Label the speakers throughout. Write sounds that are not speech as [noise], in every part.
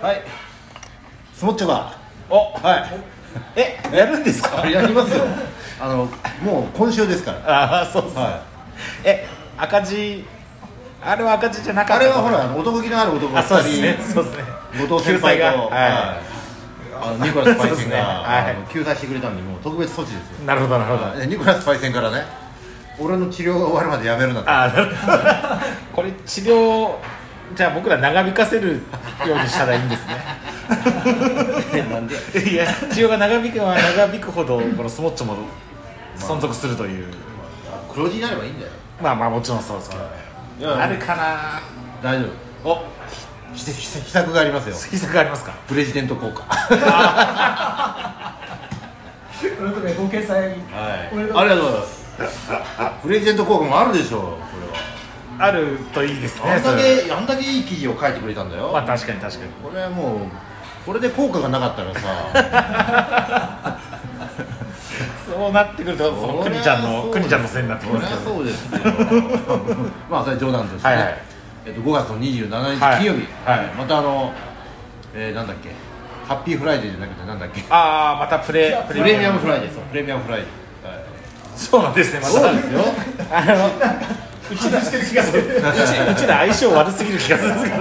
Speaker 1: はい
Speaker 2: スモッチョが
Speaker 1: お
Speaker 2: はい
Speaker 1: えやるんですか
Speaker 2: やりますよ [laughs] あのもう今週ですから
Speaker 1: ああそうそう、
Speaker 2: は
Speaker 1: え赤字あれは赤字じゃなか
Speaker 2: あ
Speaker 1: った
Speaker 2: れはほらあの男気のある男が
Speaker 1: あそう
Speaker 2: 2
Speaker 1: ですね
Speaker 2: 人
Speaker 1: そうですね
Speaker 2: 後藤先輩
Speaker 1: 救済が
Speaker 2: と、
Speaker 1: は
Speaker 2: あのニコラスパイセンが、
Speaker 1: はい
Speaker 2: あの救済してくれたんでもう特別措置ですよ
Speaker 1: いなるほどなるほど、
Speaker 2: えニコラスパイセンからね俺の治療が終わるまでやめるなって
Speaker 1: ああなるほどこれ治療じゃあ僕ら長引かせるようにしたらいいんで
Speaker 2: [laughs]
Speaker 1: すねなんでいや治療が長引けば長引くほどこのスモッチョも存続するという、
Speaker 2: 黒字になればいいんだよ
Speaker 1: まあまあもちろんそうですけど、
Speaker 2: いや
Speaker 1: あるかな
Speaker 2: 大丈
Speaker 1: お
Speaker 2: 夫秘秘秘策がありますよ
Speaker 1: 秘策ありますか
Speaker 2: プレジデント効果
Speaker 3: これとね、合計裁
Speaker 2: はいあ
Speaker 3: お
Speaker 2: り
Speaker 3: めでとうござ
Speaker 2: がと
Speaker 3: います
Speaker 2: うございますプレジデント効果もあるでしょうこ
Speaker 1: あるといいです
Speaker 2: れはあ
Speaker 1: ね
Speaker 2: ん
Speaker 1: そ
Speaker 2: だ
Speaker 1: れ
Speaker 2: けあんだけいい記事を書いてくれたんだよ、
Speaker 1: まあ確かに確かに
Speaker 2: これはもうこれで効果がなかったらさ
Speaker 1: そうなってくるとその
Speaker 2: そりゃ
Speaker 1: くにちゃん
Speaker 2: そうです
Speaker 1: のくにちゃんのせいになってき
Speaker 2: そ
Speaker 1: ま
Speaker 2: り
Speaker 1: す
Speaker 2: ゃ
Speaker 1: けど
Speaker 2: そうですよまあそれは冗談としてね、
Speaker 1: はいはい
Speaker 2: えっと、5月の27日
Speaker 1: はい
Speaker 2: 金曜日、
Speaker 1: はい
Speaker 2: またあの、えー、なんだっけハッピーフライデーじゃなくてなんだっけ
Speaker 1: ああまたプレ
Speaker 2: プレミアムフライデーそうプレミアムフライデー、はい、
Speaker 1: そうなんですねまた
Speaker 2: そうですよ
Speaker 1: あのうちのしてる気がするうちうちら相性悪すぎる気がするんです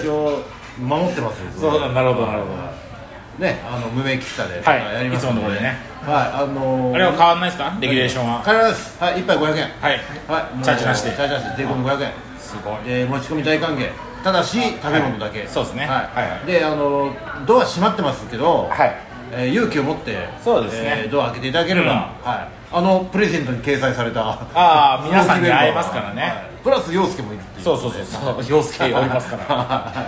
Speaker 1: けど
Speaker 2: 一応守ってますよれ
Speaker 1: そうなるほどなるほど
Speaker 2: ねあの無名喫茶で
Speaker 1: はい
Speaker 2: やります
Speaker 1: いつものところでね
Speaker 2: はいあのー、
Speaker 1: あれは変わんないですかレギュレーションは
Speaker 2: 変わりますはい一杯500円
Speaker 1: はい
Speaker 2: はいもう
Speaker 1: チャージなしで
Speaker 2: チャージなしで税込み500円
Speaker 1: すごい
Speaker 2: で持ち込み大歓迎ただし食べ物だけ、
Speaker 1: そうですね
Speaker 2: はい、
Speaker 1: はいはい
Speaker 2: であのドア閉まってますけど、
Speaker 1: はい
Speaker 2: えー勇気を持って
Speaker 1: そうですね
Speaker 2: えードア開けていただければ、
Speaker 1: うん
Speaker 2: はい、あのプレゼントに掲載された
Speaker 1: あ [laughs] ー皆さんに会えますからね
Speaker 2: はいプラス陽介もいるっていう
Speaker 1: そうそうそうそう洋介おりますから [laughs] は
Speaker 2: はい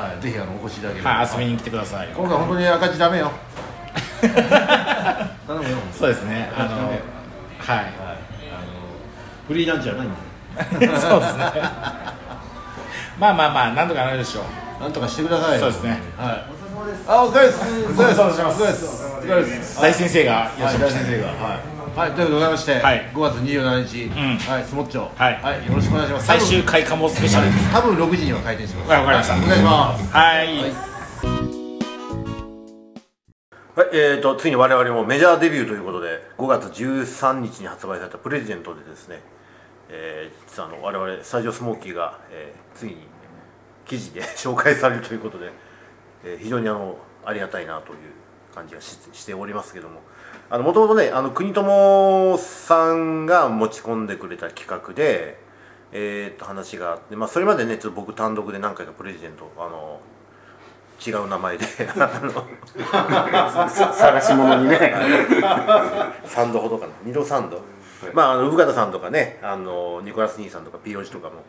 Speaker 2: [laughs] はいはいぜひあのお越しいただければ、
Speaker 1: い遊びに来てください
Speaker 2: 今回本当に赤字ダメ [laughs] よ頼むよ本当に
Speaker 1: そうですねあの [laughs]
Speaker 2: ダメよ
Speaker 1: はい
Speaker 2: はい、あのフリーランスじゃないんで
Speaker 1: そうですね [laughs] まあまあまあなんとかなるでしょう
Speaker 2: なんとかしてください
Speaker 1: そうですね
Speaker 2: はい
Speaker 3: お疲れ様です
Speaker 2: あ、お疲れです。お疲れです。お
Speaker 1: ごち
Speaker 2: 疲
Speaker 1: そう
Speaker 2: れです。お疲れです。
Speaker 1: 大先生がいらっ
Speaker 2: は
Speaker 1: しゃ
Speaker 2: い、
Speaker 1: いま
Speaker 2: 大
Speaker 1: し
Speaker 2: 先
Speaker 1: た
Speaker 2: 生が、はい。はい、ということでございまして、
Speaker 1: はい
Speaker 2: 5月27日、
Speaker 1: ん
Speaker 2: はい、スモッチョ、
Speaker 1: はい
Speaker 2: はい、よろしくお願いします。
Speaker 1: 最終回かもスペシャルです
Speaker 2: 多分、多分6時には開店します。
Speaker 1: はいわかりました
Speaker 2: お願いします。
Speaker 1: はい、
Speaker 4: はい、えーと、ついに我々もメジャーデビューということで、5月13日に発売されたプレジデントでですね、えー実はあの我々、スタジオスモーキーが、えーついに記事で [laughs] 紹介されるということで、えー非常にあのありがたいなという感じがししておりますけども、もともとね、あの国友さんが持ち込んでくれた企画で、えー、と話があって、まあ、それまでね、ちょっと僕単独で何回かプレジデント、あの違う名前で [laughs] あの探し物にね3度ほどかな2度3度、まああの生方さんとかねあのニコラス兄さんとか POG とかも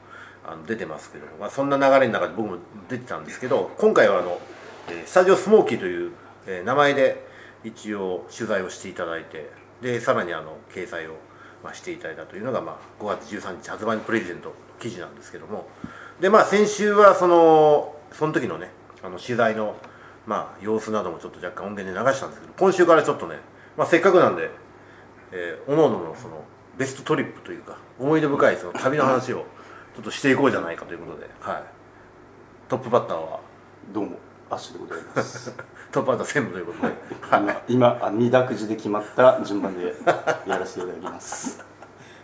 Speaker 4: あの出てますけども、まあ、そんな流れの中で僕も出てたんですけど今回はあのえースタジオスモーキーという、えー名前で一応取材をしていただいてでさらにあの掲載を、まあ、していただいたというのが、まあ、5月13日発売のプレジデント記事なんですけどもでまあ先週はそのその時のねあの取材の、まあ、様子などもちょっと若干音源で流したんですけど今週からちょっとね、まあ、せっかくなんで、えー、おのおののそのベストトリップというか思い出深いその旅の話をちょっとしていこうじゃないかということで、はい、トップバッターは
Speaker 5: どうも、アッシュでございます。
Speaker 4: トップバッター専務ということで、はい、
Speaker 5: 今、今あ二択字で決まった順番でやらせていただきます。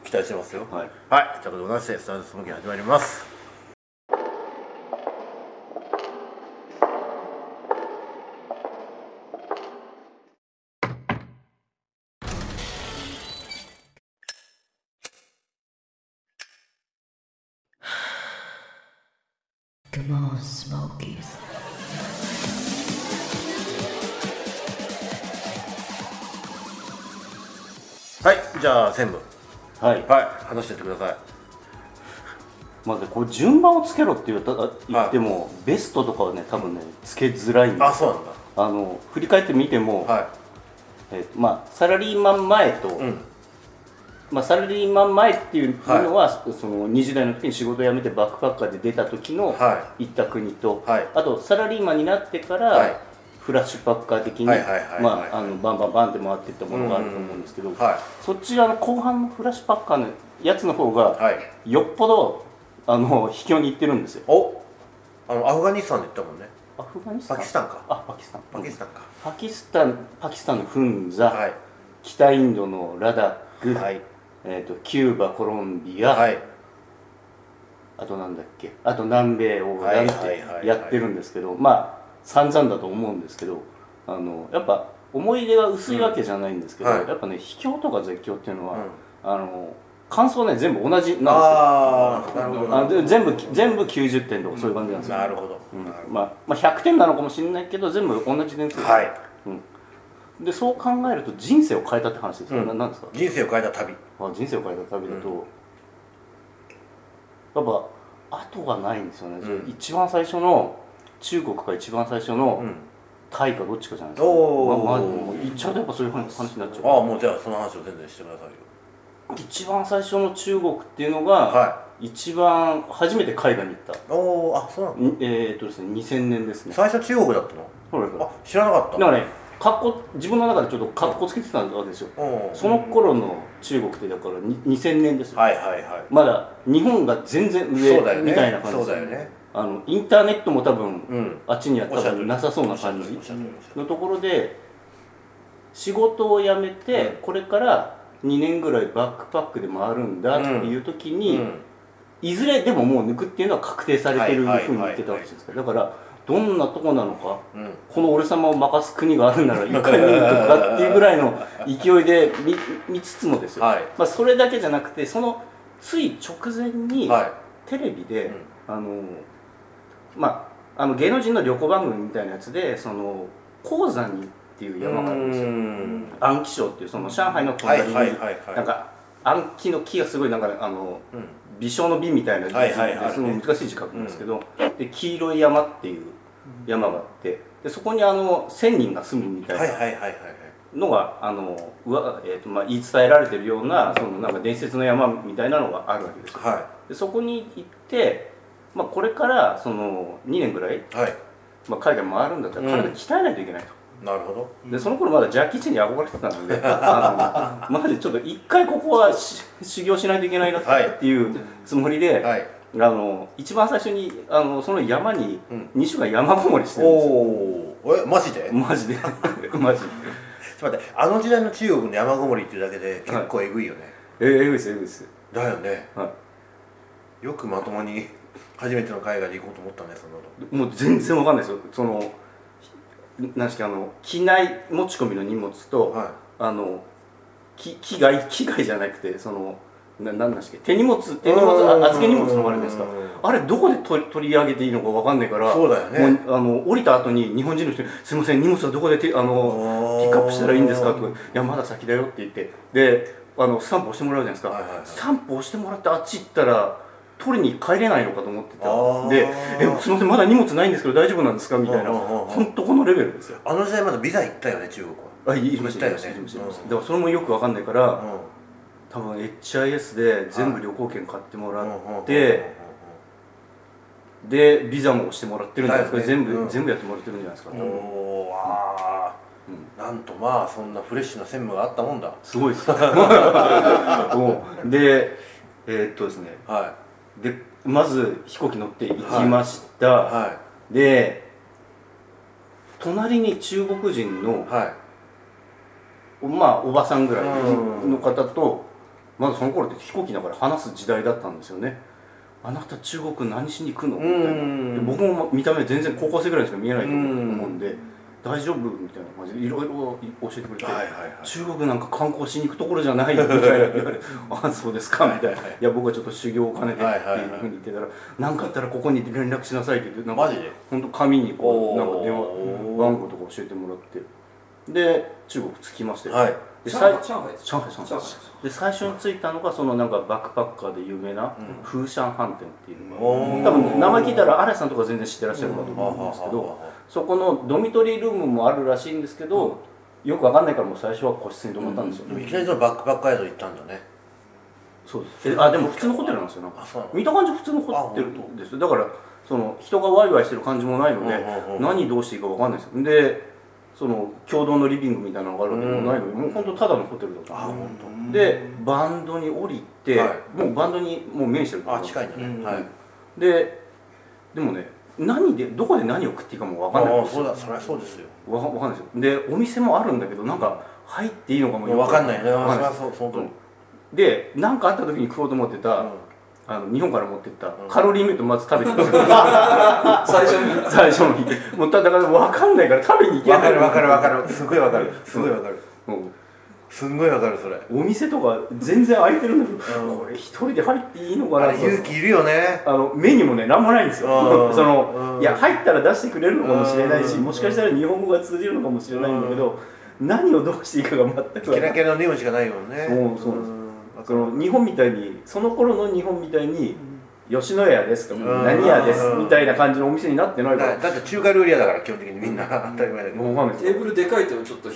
Speaker 4: 期待してますよ。
Speaker 5: はい。
Speaker 4: はい、ということでございまして、スタジオスモーキー始まります。
Speaker 6: Come on, Smokies.
Speaker 4: はい、じゃあ専務、
Speaker 5: はい。
Speaker 4: はい、話してってください。
Speaker 5: まず、こう順番をつけろって言った言っても、ベストとかはね、多分ね、つけづらいんですよ
Speaker 4: あ、そうなんだ。
Speaker 5: あの、振り返ってみても、
Speaker 4: は
Speaker 5: えっとまあ、サラリーマン前と、
Speaker 4: い。うん。
Speaker 5: まあ、サラリーマン前っていうのは、その20代の時に仕事を辞めてバックパッカーで出た時の
Speaker 4: は
Speaker 5: 行った国と、
Speaker 4: はい
Speaker 5: あとサラリーマンになってから、
Speaker 4: はい
Speaker 5: フラッシュパッカー的に
Speaker 4: はいはいはいはい
Speaker 5: まああのバンバンバンって回っていったものがあると思うんですけど、
Speaker 4: うんうんうんはい
Speaker 5: そちらの後半のフラッシュパッカーのやつの方が、
Speaker 4: はい。
Speaker 5: よっぽどあの秘境に行ってるんですよ
Speaker 4: お、あのアフガニスタンで行ったもんね。
Speaker 5: アフガニスタン
Speaker 4: パキスタンか
Speaker 5: あパキスタン
Speaker 4: パキスタンか、
Speaker 5: パキスタンパキスタンのフンザ、
Speaker 4: はい
Speaker 5: 北インドのラダック、
Speaker 4: はい
Speaker 5: えー、とキューバコロンビア、
Speaker 4: はい
Speaker 5: あとなんだっけあと南米をやるっ
Speaker 4: はいはいはいはい
Speaker 5: てやってるんですけどまあ散々だと思うんですけどあのやっぱ思い出が薄いわけじゃないんですけど、
Speaker 4: うんはい
Speaker 5: やっぱね秘境とか絶叫っていうの
Speaker 4: う
Speaker 5: は、
Speaker 4: ん
Speaker 5: あの感想ね全部同じなんですよ
Speaker 4: ああなるほど
Speaker 5: あで全部全部90点とかそういう感じなんですよ、
Speaker 4: なるほど、
Speaker 5: うん
Speaker 4: なるほ
Speaker 5: まあ、まあ100点なのかもしれないけど全部同じ点数
Speaker 4: どはい
Speaker 5: うん、でそう考えると人生を変えたって話ですよ、
Speaker 4: うん
Speaker 5: ななんですか
Speaker 4: 人生を変えた旅
Speaker 5: あ人生を変えた旅だと、
Speaker 4: う
Speaker 5: やっぱ後がないんですよね、
Speaker 4: うん
Speaker 5: 一番最初の中国か一番最初
Speaker 4: う
Speaker 5: の
Speaker 4: ん
Speaker 5: タイかどっちかじゃないですか、
Speaker 4: おー
Speaker 5: まあまあもう言っちゃうとやっぱそういう話話になっちゃう
Speaker 4: ああもうじゃあその話を全然してくださいよ
Speaker 5: 一番最初の中国っていうのが、
Speaker 4: は
Speaker 5: 一番初めて海外に行った
Speaker 4: いおおあそうなの
Speaker 5: にえーっとですね2000年ですね
Speaker 4: 最初中国だったの
Speaker 5: ほらほら
Speaker 4: あ知らなかった
Speaker 5: だからねかっこ自分の中でちょっとかっこつけてたわけですよ
Speaker 4: うん
Speaker 5: その頃の中国ってだからに2000年ですよ、
Speaker 4: はいはいはい
Speaker 5: まだ日本が全然上
Speaker 4: そうだよね
Speaker 5: みたいな感じ
Speaker 4: そう
Speaker 5: です
Speaker 4: だよね
Speaker 5: あのインターネットも多分、
Speaker 4: うん
Speaker 5: あっちには
Speaker 4: お
Speaker 5: 多
Speaker 4: っしゃる通
Speaker 5: 分
Speaker 4: り
Speaker 5: なさそうな感
Speaker 4: おっし
Speaker 5: じ
Speaker 4: ゃる通りおっしゃる通り
Speaker 5: のところで仕事を辞めて、これから2年ぐらいバックパックで回るんだっていう時に、
Speaker 4: うん
Speaker 5: いずれでももう抜くっていうのは確定されてる
Speaker 4: はいはい
Speaker 5: ふうに言ってたわけじゃないですかだからどんなとこなのか
Speaker 4: うん
Speaker 5: この俺様を任す国があるな
Speaker 4: [laughs]
Speaker 5: らいかにいるとかっていうぐらいの勢いで見見つつもですよ、
Speaker 4: はい
Speaker 5: まあ、それだけじゃなくてそのつい直前に
Speaker 4: はい
Speaker 5: テレビで、
Speaker 4: うん
Speaker 5: あのまああの芸能人の旅行番組みたいなやつでその鉱山にっていう山があるんですよ
Speaker 4: うん
Speaker 5: 安徽省っていうその上海の
Speaker 4: はい
Speaker 5: 隣
Speaker 4: はい
Speaker 5: に
Speaker 4: はいはい
Speaker 5: なんか暗記の木がすごいなんかあの
Speaker 4: うん
Speaker 5: 微小の美みたいな字
Speaker 4: はいはいはい
Speaker 5: ですごい難しい字書くんですけど、で黄色い山っていう山があってでそこにあの千人が住むみた
Speaker 4: はいはい
Speaker 5: い
Speaker 4: はいはいはい
Speaker 5: なのがあのうわえーとまあ言い伝えられてるようなそのなんか伝説の山みたいなのがあるわけですよ
Speaker 4: は
Speaker 5: でそこに行って、まあ、これからその2年ぐらい、
Speaker 4: いはい
Speaker 5: まあ、海外回るんだったら
Speaker 4: うん
Speaker 5: 体鍛えないといけないと。
Speaker 4: なるほど
Speaker 5: でその頃まだジャッキー・チェンに憧れてたのであ
Speaker 4: [laughs]
Speaker 5: のマジでちょっと一回ここはし修行しないといけないな
Speaker 4: はい
Speaker 5: っていうつもりで、
Speaker 4: はい
Speaker 5: あの一番最初にあのその山に
Speaker 4: うん
Speaker 5: 2週間山ごもりして
Speaker 4: お
Speaker 5: るんですよ、
Speaker 4: おえマジで
Speaker 5: マジで [laughs] マジで
Speaker 4: ちょっと待ってあの時代の中国の山ごもりっていうだけで結構えぐいよね、
Speaker 5: えー、えぐいですえぐいです
Speaker 4: だよね
Speaker 5: は
Speaker 4: よくまともに初めての海外で行こうと思ったねそんなの
Speaker 5: いもう全然わかんないですよその何しかあの機内持ち込みの荷物と、
Speaker 4: はい
Speaker 5: あのき機外機外じゃなくてそのななんだっけ手荷物手荷物あ預け荷物のもあれです
Speaker 4: う
Speaker 5: か
Speaker 4: ん
Speaker 5: あれどこで取り取り上げていいのかわかんないから
Speaker 4: そうだよね
Speaker 5: もうあの降りた後に日本人の人に「すいません荷物はどこでてあの
Speaker 4: おー
Speaker 5: ピックアップしたらいいんですか?」とか「いやまだ先だよ」って言ってであのスタンプ押してもらうじゃないですか、
Speaker 4: はいはいはい
Speaker 5: スタンプ押してもらってあっち行ったら取りに帰れないのかと思って
Speaker 4: あー
Speaker 5: たで「えすいませんまだ荷物ないんですけど大丈夫なんですか?」みたいな
Speaker 4: うんうんうんうん
Speaker 5: 本当このレベルですよ
Speaker 4: あの時代まだビザ行ったよね中国は
Speaker 5: あいいましたい
Speaker 4: 行っ
Speaker 5: ましたた
Speaker 4: よね
Speaker 5: いましたいました
Speaker 4: うん
Speaker 5: だからそれもよくわかんないか
Speaker 4: う
Speaker 5: ら、
Speaker 4: ん
Speaker 5: 多分 HIS で全部旅行券買ってもら
Speaker 4: うんうん
Speaker 5: ってでビザも押してもらってるんじゃないですか、
Speaker 4: だよね
Speaker 5: 全部、
Speaker 4: うん
Speaker 5: 全部やってもらってるんじゃないですか、
Speaker 4: うんうんうんおおあーなんとまあそんなフレッシュな専務があったもんだ
Speaker 5: すごいです [laughs] もうでえーっとですね
Speaker 4: は
Speaker 5: でまず飛行機乗って行きました、
Speaker 4: いは
Speaker 5: で隣に中国人の
Speaker 4: い、はい
Speaker 5: まあおばさんぐらい
Speaker 4: うん
Speaker 5: の方とまだその頃って飛行機だから話す時代だったんですよねあなた中国何しに行くのみたいな
Speaker 4: うん
Speaker 5: で僕も見た目全然高校生ぐらいしか見えないと思うんで
Speaker 4: う
Speaker 5: 大丈夫みたいな感じでいろいろ教えてくれて、
Speaker 4: はいはいはい
Speaker 5: 中国なんか観光しに行くところじゃな
Speaker 4: [laughs]
Speaker 5: いよみたいな言われてあそうですかみたいな、いや僕はちょっと修行を兼ねてっていうふうに言ってたら何かあったらここに連絡しなさいって言ってなんか
Speaker 4: マジで
Speaker 5: 本当紙にこ
Speaker 4: おー
Speaker 5: うなんか電話番号とか教えてもらってで中国着きましたよ、
Speaker 4: はい
Speaker 5: で
Speaker 3: 上
Speaker 5: 最
Speaker 3: 海上海です
Speaker 5: 上海上海
Speaker 3: 上海
Speaker 5: で最初に着いたのがそのなんかバックパッカーで有名な
Speaker 4: うん
Speaker 5: 風シャン飯店っていうのが、
Speaker 4: おー
Speaker 5: 多分名前聞いたら荒井さんとか全然知ってらっしゃるかと思うんですけど、
Speaker 4: う
Speaker 5: そこのドミトリールームもあるらしいんですけど、よくわかんないからもう最初は個室に泊まったんですよ、
Speaker 4: んでもいきなりそのバックパックガイド行ったんだね
Speaker 5: そうですえあでも普通のホテルなんですよなんか
Speaker 4: あそうなの
Speaker 5: 見た感じ普通のホテルですよだからその人がワイワイしてる感じもないので、
Speaker 4: うんうんうん
Speaker 5: 何どうしていいかわかんないですよでその共同のリビングみたいなのがあるわけでもないので、もう本当ただのホテルだったんですよでバンドに降りて、
Speaker 4: は
Speaker 5: もうバンドにもう面してる
Speaker 4: あ近いんだね、
Speaker 3: うん
Speaker 4: はい
Speaker 5: ででもね何でどこで何を食っていいかも分かんない
Speaker 4: あ
Speaker 5: ん
Speaker 4: あ
Speaker 5: です
Speaker 4: そう
Speaker 5: よ
Speaker 4: だそりゃそうですよ
Speaker 5: わかわかんないですよでお店もあるんだけどなんか入っていいのかも
Speaker 4: もう分かんないよね
Speaker 5: わか
Speaker 4: そ
Speaker 5: ん
Speaker 4: り
Speaker 5: ない
Speaker 4: ゃ
Speaker 5: で
Speaker 4: そうその通り
Speaker 5: すで何かあった時に食おうと思ってた、
Speaker 4: うん
Speaker 5: あの日本から持ってった
Speaker 4: ん
Speaker 5: カロリーメイトまず食べてたんですよ
Speaker 4: [laughs]
Speaker 5: 最初に最初の日もうただから分かんないから食べに行け
Speaker 4: 分か
Speaker 5: ない
Speaker 4: る分かる分かるすごい分かるすごい分かる
Speaker 5: うん
Speaker 4: すんごい分かるそれ
Speaker 5: お店とか全然開いてるんだけど、
Speaker 4: うん
Speaker 5: これ一人で入っていいのか
Speaker 4: あ
Speaker 5: な
Speaker 4: れ勇気いるよね
Speaker 5: あのメニューもね何もないんです
Speaker 4: う
Speaker 5: よ
Speaker 4: ん
Speaker 5: [laughs] その、
Speaker 4: うん
Speaker 5: いや入ったら出してくれるのかもしれないし、
Speaker 4: うん
Speaker 5: もしかしたら日本語が通じるのかもしれないんだけど、何をどうしていいかが全く分か
Speaker 4: キ
Speaker 5: らな
Speaker 4: ラ
Speaker 5: い
Speaker 4: キラのネオンしかないもんね
Speaker 5: そうそうなんです
Speaker 4: ん
Speaker 5: その日本みたいにその頃の日本みたいに吉野家ですとか
Speaker 4: うん
Speaker 5: 何屋です
Speaker 4: うん
Speaker 5: みたいな感じのお店になってないか
Speaker 4: だ
Speaker 5: ら
Speaker 4: だって中華料理屋だから基本的にみんな当たり前だけど
Speaker 5: もうわかんない
Speaker 7: テ
Speaker 5: で
Speaker 7: ーブルでかいとちょっとひ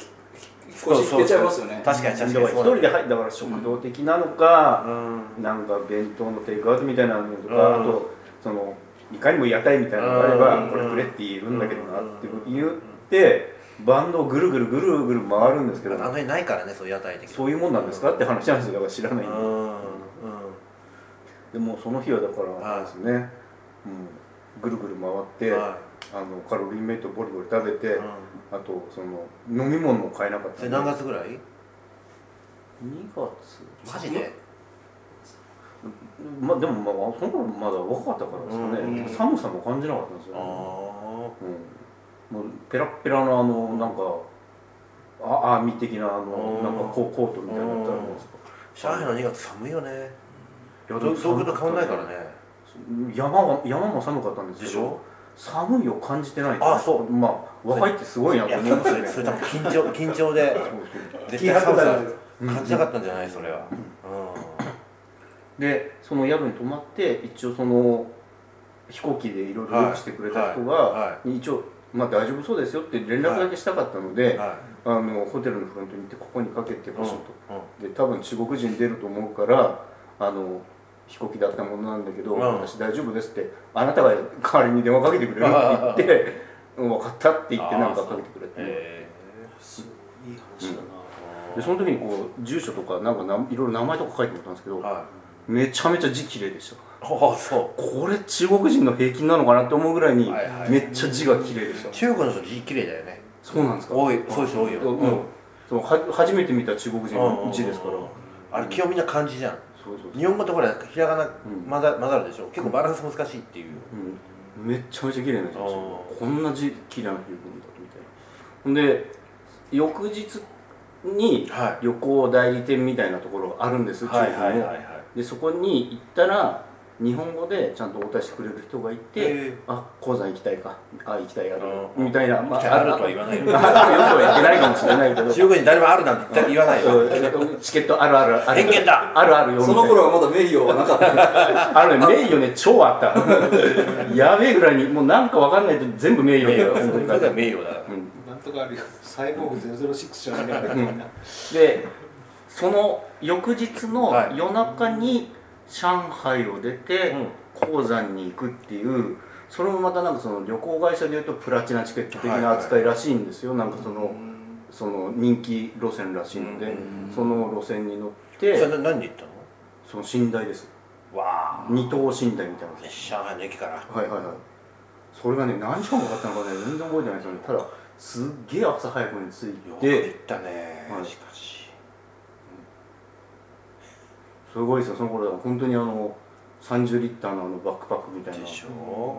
Speaker 7: ひ腰引けちゃいますよね
Speaker 4: 確かに
Speaker 5: す
Speaker 4: 確
Speaker 5: だ
Speaker 4: かに
Speaker 5: から
Speaker 4: そ
Speaker 5: 一
Speaker 4: うだ
Speaker 5: 人で入だから食堂的なのか、
Speaker 4: うん
Speaker 5: なんか弁当のテイクアウトみたいなのとか、
Speaker 4: うん
Speaker 5: あとそのいかにも屋台みたいなのがあれば、
Speaker 4: うん
Speaker 5: これくれって言うんだけどなって
Speaker 4: うん
Speaker 5: 言ってバンドをぐるぐるぐるぐる回るんですけど
Speaker 4: あの辺ないからねそういう屋台的
Speaker 5: そういうもんなんですかって話なんですよだから知らな
Speaker 4: う
Speaker 5: いん
Speaker 4: ん
Speaker 5: で
Speaker 4: うん
Speaker 5: でもその日はだから
Speaker 4: はい
Speaker 5: ですね、うん、ぐるぐる回って、
Speaker 4: は
Speaker 5: あのカロリーメイトボリボリ食べて、
Speaker 4: いうん
Speaker 5: あとその飲み物も買えなかった
Speaker 4: それ何月ぐらい
Speaker 5: 2月
Speaker 4: マジで
Speaker 5: までもまあその頃まだ若かったからですかね、
Speaker 4: うん
Speaker 5: 寒さも感じなかったんですよ、
Speaker 4: ああ
Speaker 5: うん、もうペラッペラのあのなんかあアーミー的なあの
Speaker 4: うん
Speaker 5: なんかココートみたいなのってあるじゃないですか
Speaker 4: 上海の2月寒いよね
Speaker 5: いやでも
Speaker 4: 東京と変わんないからね
Speaker 5: 山は山も寒かったんですけ
Speaker 4: で
Speaker 5: ど
Speaker 4: しょ
Speaker 5: 寒いを感じてない
Speaker 4: あそう
Speaker 5: まあ若いってすごいなと思いますよね
Speaker 4: それ多分緊張緊張で絶
Speaker 3: 気
Speaker 4: 対
Speaker 3: 迫
Speaker 4: 寒
Speaker 3: だ
Speaker 4: さ
Speaker 3: ね
Speaker 4: 感じなかったんじゃないそれはう
Speaker 5: でその宿に泊まって一応その飛行機でいろいろよくしてくれた人が、
Speaker 4: はいは
Speaker 5: 一応、まあ、大丈夫そうですよって連絡だけしたかったので、
Speaker 4: んは
Speaker 5: あのホテルのフロントに行ってここにかけて
Speaker 4: い
Speaker 5: ほしい
Speaker 4: うん
Speaker 5: と、で多分中国人出ると思うからあの飛行機だったものなんだけど、
Speaker 4: うん
Speaker 5: 私大丈夫ですってあなたが代わりに電話かけてくれるって言って [laughs] うん分かったって言ってなんかかけてくれて。
Speaker 4: へ
Speaker 5: いい話だなでその時にこう住所とかなんかないろいろ名前とか書いてもらったんですけど、
Speaker 4: えは
Speaker 5: めちゃめちゃ字綺麗でした
Speaker 4: いああそ
Speaker 5: これ中国人の平均なのかなって思うぐらいに
Speaker 4: はいはい
Speaker 5: めっちゃ字が綺麗でした、
Speaker 4: う中国の人字綺麗だよね
Speaker 5: そうなんですか
Speaker 4: 多いそういう人多いよ
Speaker 5: うんそのは初めて見た中国人の字ですから、
Speaker 4: うんうんうんあれ基本みんな漢字じゃん
Speaker 5: そうそうそう
Speaker 4: 日本語とこれひらがな
Speaker 5: うん
Speaker 4: 混ざ混ざるでしょ結構バランス難しいっていう
Speaker 5: うん、めっちゃめちゃ綺麗な字でした
Speaker 4: う
Speaker 5: こんな字綺麗な字なんだみたいなほんで翌日に
Speaker 4: は
Speaker 5: 旅行代理店みたいなところがあるんです、中国の
Speaker 4: い
Speaker 5: でそこに行ったら日本語でちゃんと応対してくれる人がいて、
Speaker 4: へ
Speaker 5: あ鉱山行きたいかあ行きたいやろ
Speaker 4: うん
Speaker 5: みたいな、ま
Speaker 4: あ
Speaker 5: あ、
Speaker 4: るとは言わないよ
Speaker 5: あ [laughs] あよくは行けないかもしれないけど
Speaker 4: 中国に誰もあるなんて言わないよ
Speaker 5: うんチケットあるあるある
Speaker 4: 偏見だ
Speaker 5: あるあるよみた
Speaker 7: そ
Speaker 5: いな
Speaker 7: の頃はまだ名誉はな
Speaker 3: [laughs]
Speaker 7: かった
Speaker 5: あるね名誉ね超あったやべえぐらいにもうなんかわかんないと全部名誉
Speaker 4: 名
Speaker 5: だよ
Speaker 4: 誉それが名誉だ
Speaker 5: うん
Speaker 3: なんとかあるよサイボーグ006じゃないか
Speaker 5: うんでその翌日の
Speaker 4: はい
Speaker 5: 夜中に上海を出て
Speaker 4: うん
Speaker 5: 鉱山に行くっていうそれもまたなんかその旅行会社でいうとプラチナチケット的な扱いらしいんですよ、なんかそのその人気路線らしいので、その路線に乗っ
Speaker 4: それ
Speaker 5: て
Speaker 4: な何で行ったの
Speaker 5: その寝台です
Speaker 4: わあ
Speaker 5: 二等寝台みたいなの
Speaker 4: 上海の駅から
Speaker 5: はいはいはいそれがね何時間かかったのかね全然覚えてないですよねただすっげえ朝早くに着い
Speaker 4: よく行
Speaker 5: て
Speaker 4: ったね
Speaker 5: はい
Speaker 4: しかし
Speaker 5: すごいですよその頃だから本当にあの30リッターのあのバックパックみたいな
Speaker 4: でしょ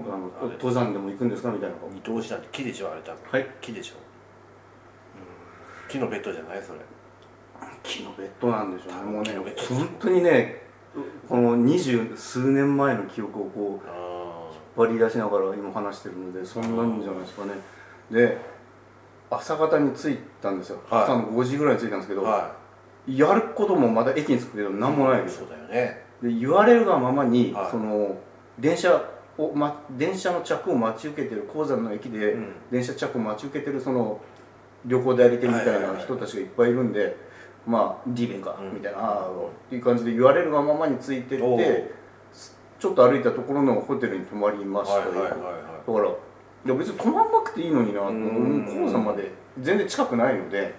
Speaker 5: あの
Speaker 4: あれ
Speaker 5: 登山でも行くんですかみたいな
Speaker 4: 二等身なんて木でしょあれ多分
Speaker 5: はい
Speaker 4: 木でしょ木のベッドじゃないそれ
Speaker 5: 木のベッドなんでしょうねもう
Speaker 4: 木
Speaker 5: ね
Speaker 4: のベッド
Speaker 5: 本当にねこの二十数年前の記憶をこう
Speaker 4: あ
Speaker 5: 引っ張り出しながら今話してるのでそんなんじゃないですかねで朝方に着いたんですよ、
Speaker 4: はい
Speaker 5: 朝の5時ぐらいに着いたんですけ
Speaker 4: あ
Speaker 5: ど、
Speaker 4: は
Speaker 5: やることもまだ駅に着くけど何もないん
Speaker 4: い
Speaker 5: です
Speaker 4: そ
Speaker 5: よ
Speaker 4: うだよね
Speaker 5: で言われるがままに、
Speaker 4: はい
Speaker 5: その電車を、ま、電車の着を待ち受けてる鉱山の駅で、
Speaker 4: うん
Speaker 5: 電車着を待ち受けてるその旅行代理店みた
Speaker 4: はい
Speaker 5: い
Speaker 4: はいは
Speaker 5: ない人たちがいっぱいいるんで、まあリーベンか、
Speaker 4: うん
Speaker 5: みたいなあーっていう感じで言われるがままについてっ
Speaker 4: お
Speaker 5: て
Speaker 4: う
Speaker 5: ちょっと歩いたところのホテルに泊まりましたよ、
Speaker 4: は
Speaker 5: だからいや別に泊まんなくていいのになと
Speaker 4: うん
Speaker 5: 鉱山まで全然近くないので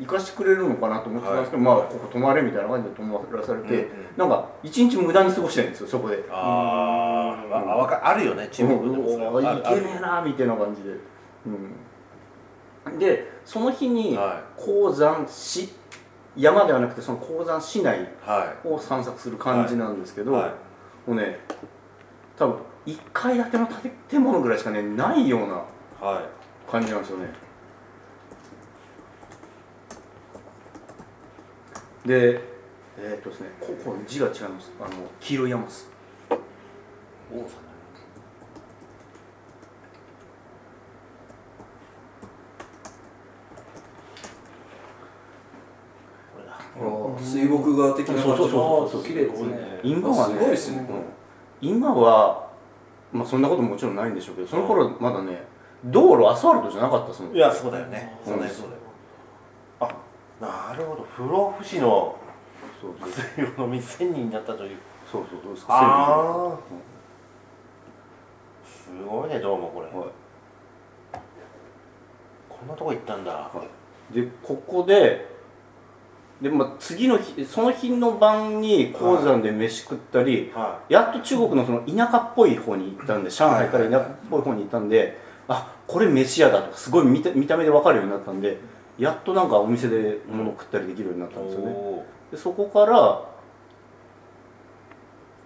Speaker 5: 行かしてくれるのかなと思ってたんですけど、まあここ泊まれみたいな感じで泊まらされて、
Speaker 4: うんうん
Speaker 5: なんか一日無駄に過ごしてるんですよそこで
Speaker 4: あーあわかあるよね
Speaker 5: う
Speaker 4: 地方でもそれ
Speaker 5: んう
Speaker 4: は
Speaker 5: わ
Speaker 4: あ
Speaker 5: い
Speaker 4: る
Speaker 5: けねえなみたいな感じで、うん、でその日に
Speaker 4: は
Speaker 5: 鉱山市山ではなくてその鉱山市内
Speaker 4: は
Speaker 5: を散策する感じなんですけど、
Speaker 4: はいはい
Speaker 5: もうね多分1階建ての建物ぐらいしかねないようない
Speaker 4: は
Speaker 5: 感じなんですよねでえーっとですねここの字が違いますあの黄色い山です
Speaker 4: い王さ
Speaker 7: 水墨画的な感じ
Speaker 5: そうそうそうそう
Speaker 7: あー綺麗ですね
Speaker 5: 今はね
Speaker 7: すごいですね
Speaker 5: うん今はまあそんなことももちろんないんでしょうけどその頃まだね道路アスファルトじゃなかったですもん
Speaker 4: んいやそうだよねそうだ
Speaker 5: う
Speaker 4: よ
Speaker 5: ん
Speaker 4: そうだよあなるほど不老不死の
Speaker 5: そうそう
Speaker 4: 薬を飲み1000人になったという
Speaker 5: そうそうどうですか
Speaker 4: ああすごいねどうもこれ
Speaker 5: はい
Speaker 4: こんなとこ行ったんだ
Speaker 5: でここでで、まあ、次の日その日の晩に鉱山で飯食ったり、
Speaker 4: は
Speaker 5: やっと中国のその田舎っぽい方に行ったんで上海から田舎っぽい方に行ったんで、あこれ飯屋だとかすごい見た見た目で分かるようになったんでやっとなんかお店で物を食ったりできるようになったんですよね、
Speaker 4: お
Speaker 5: でそこから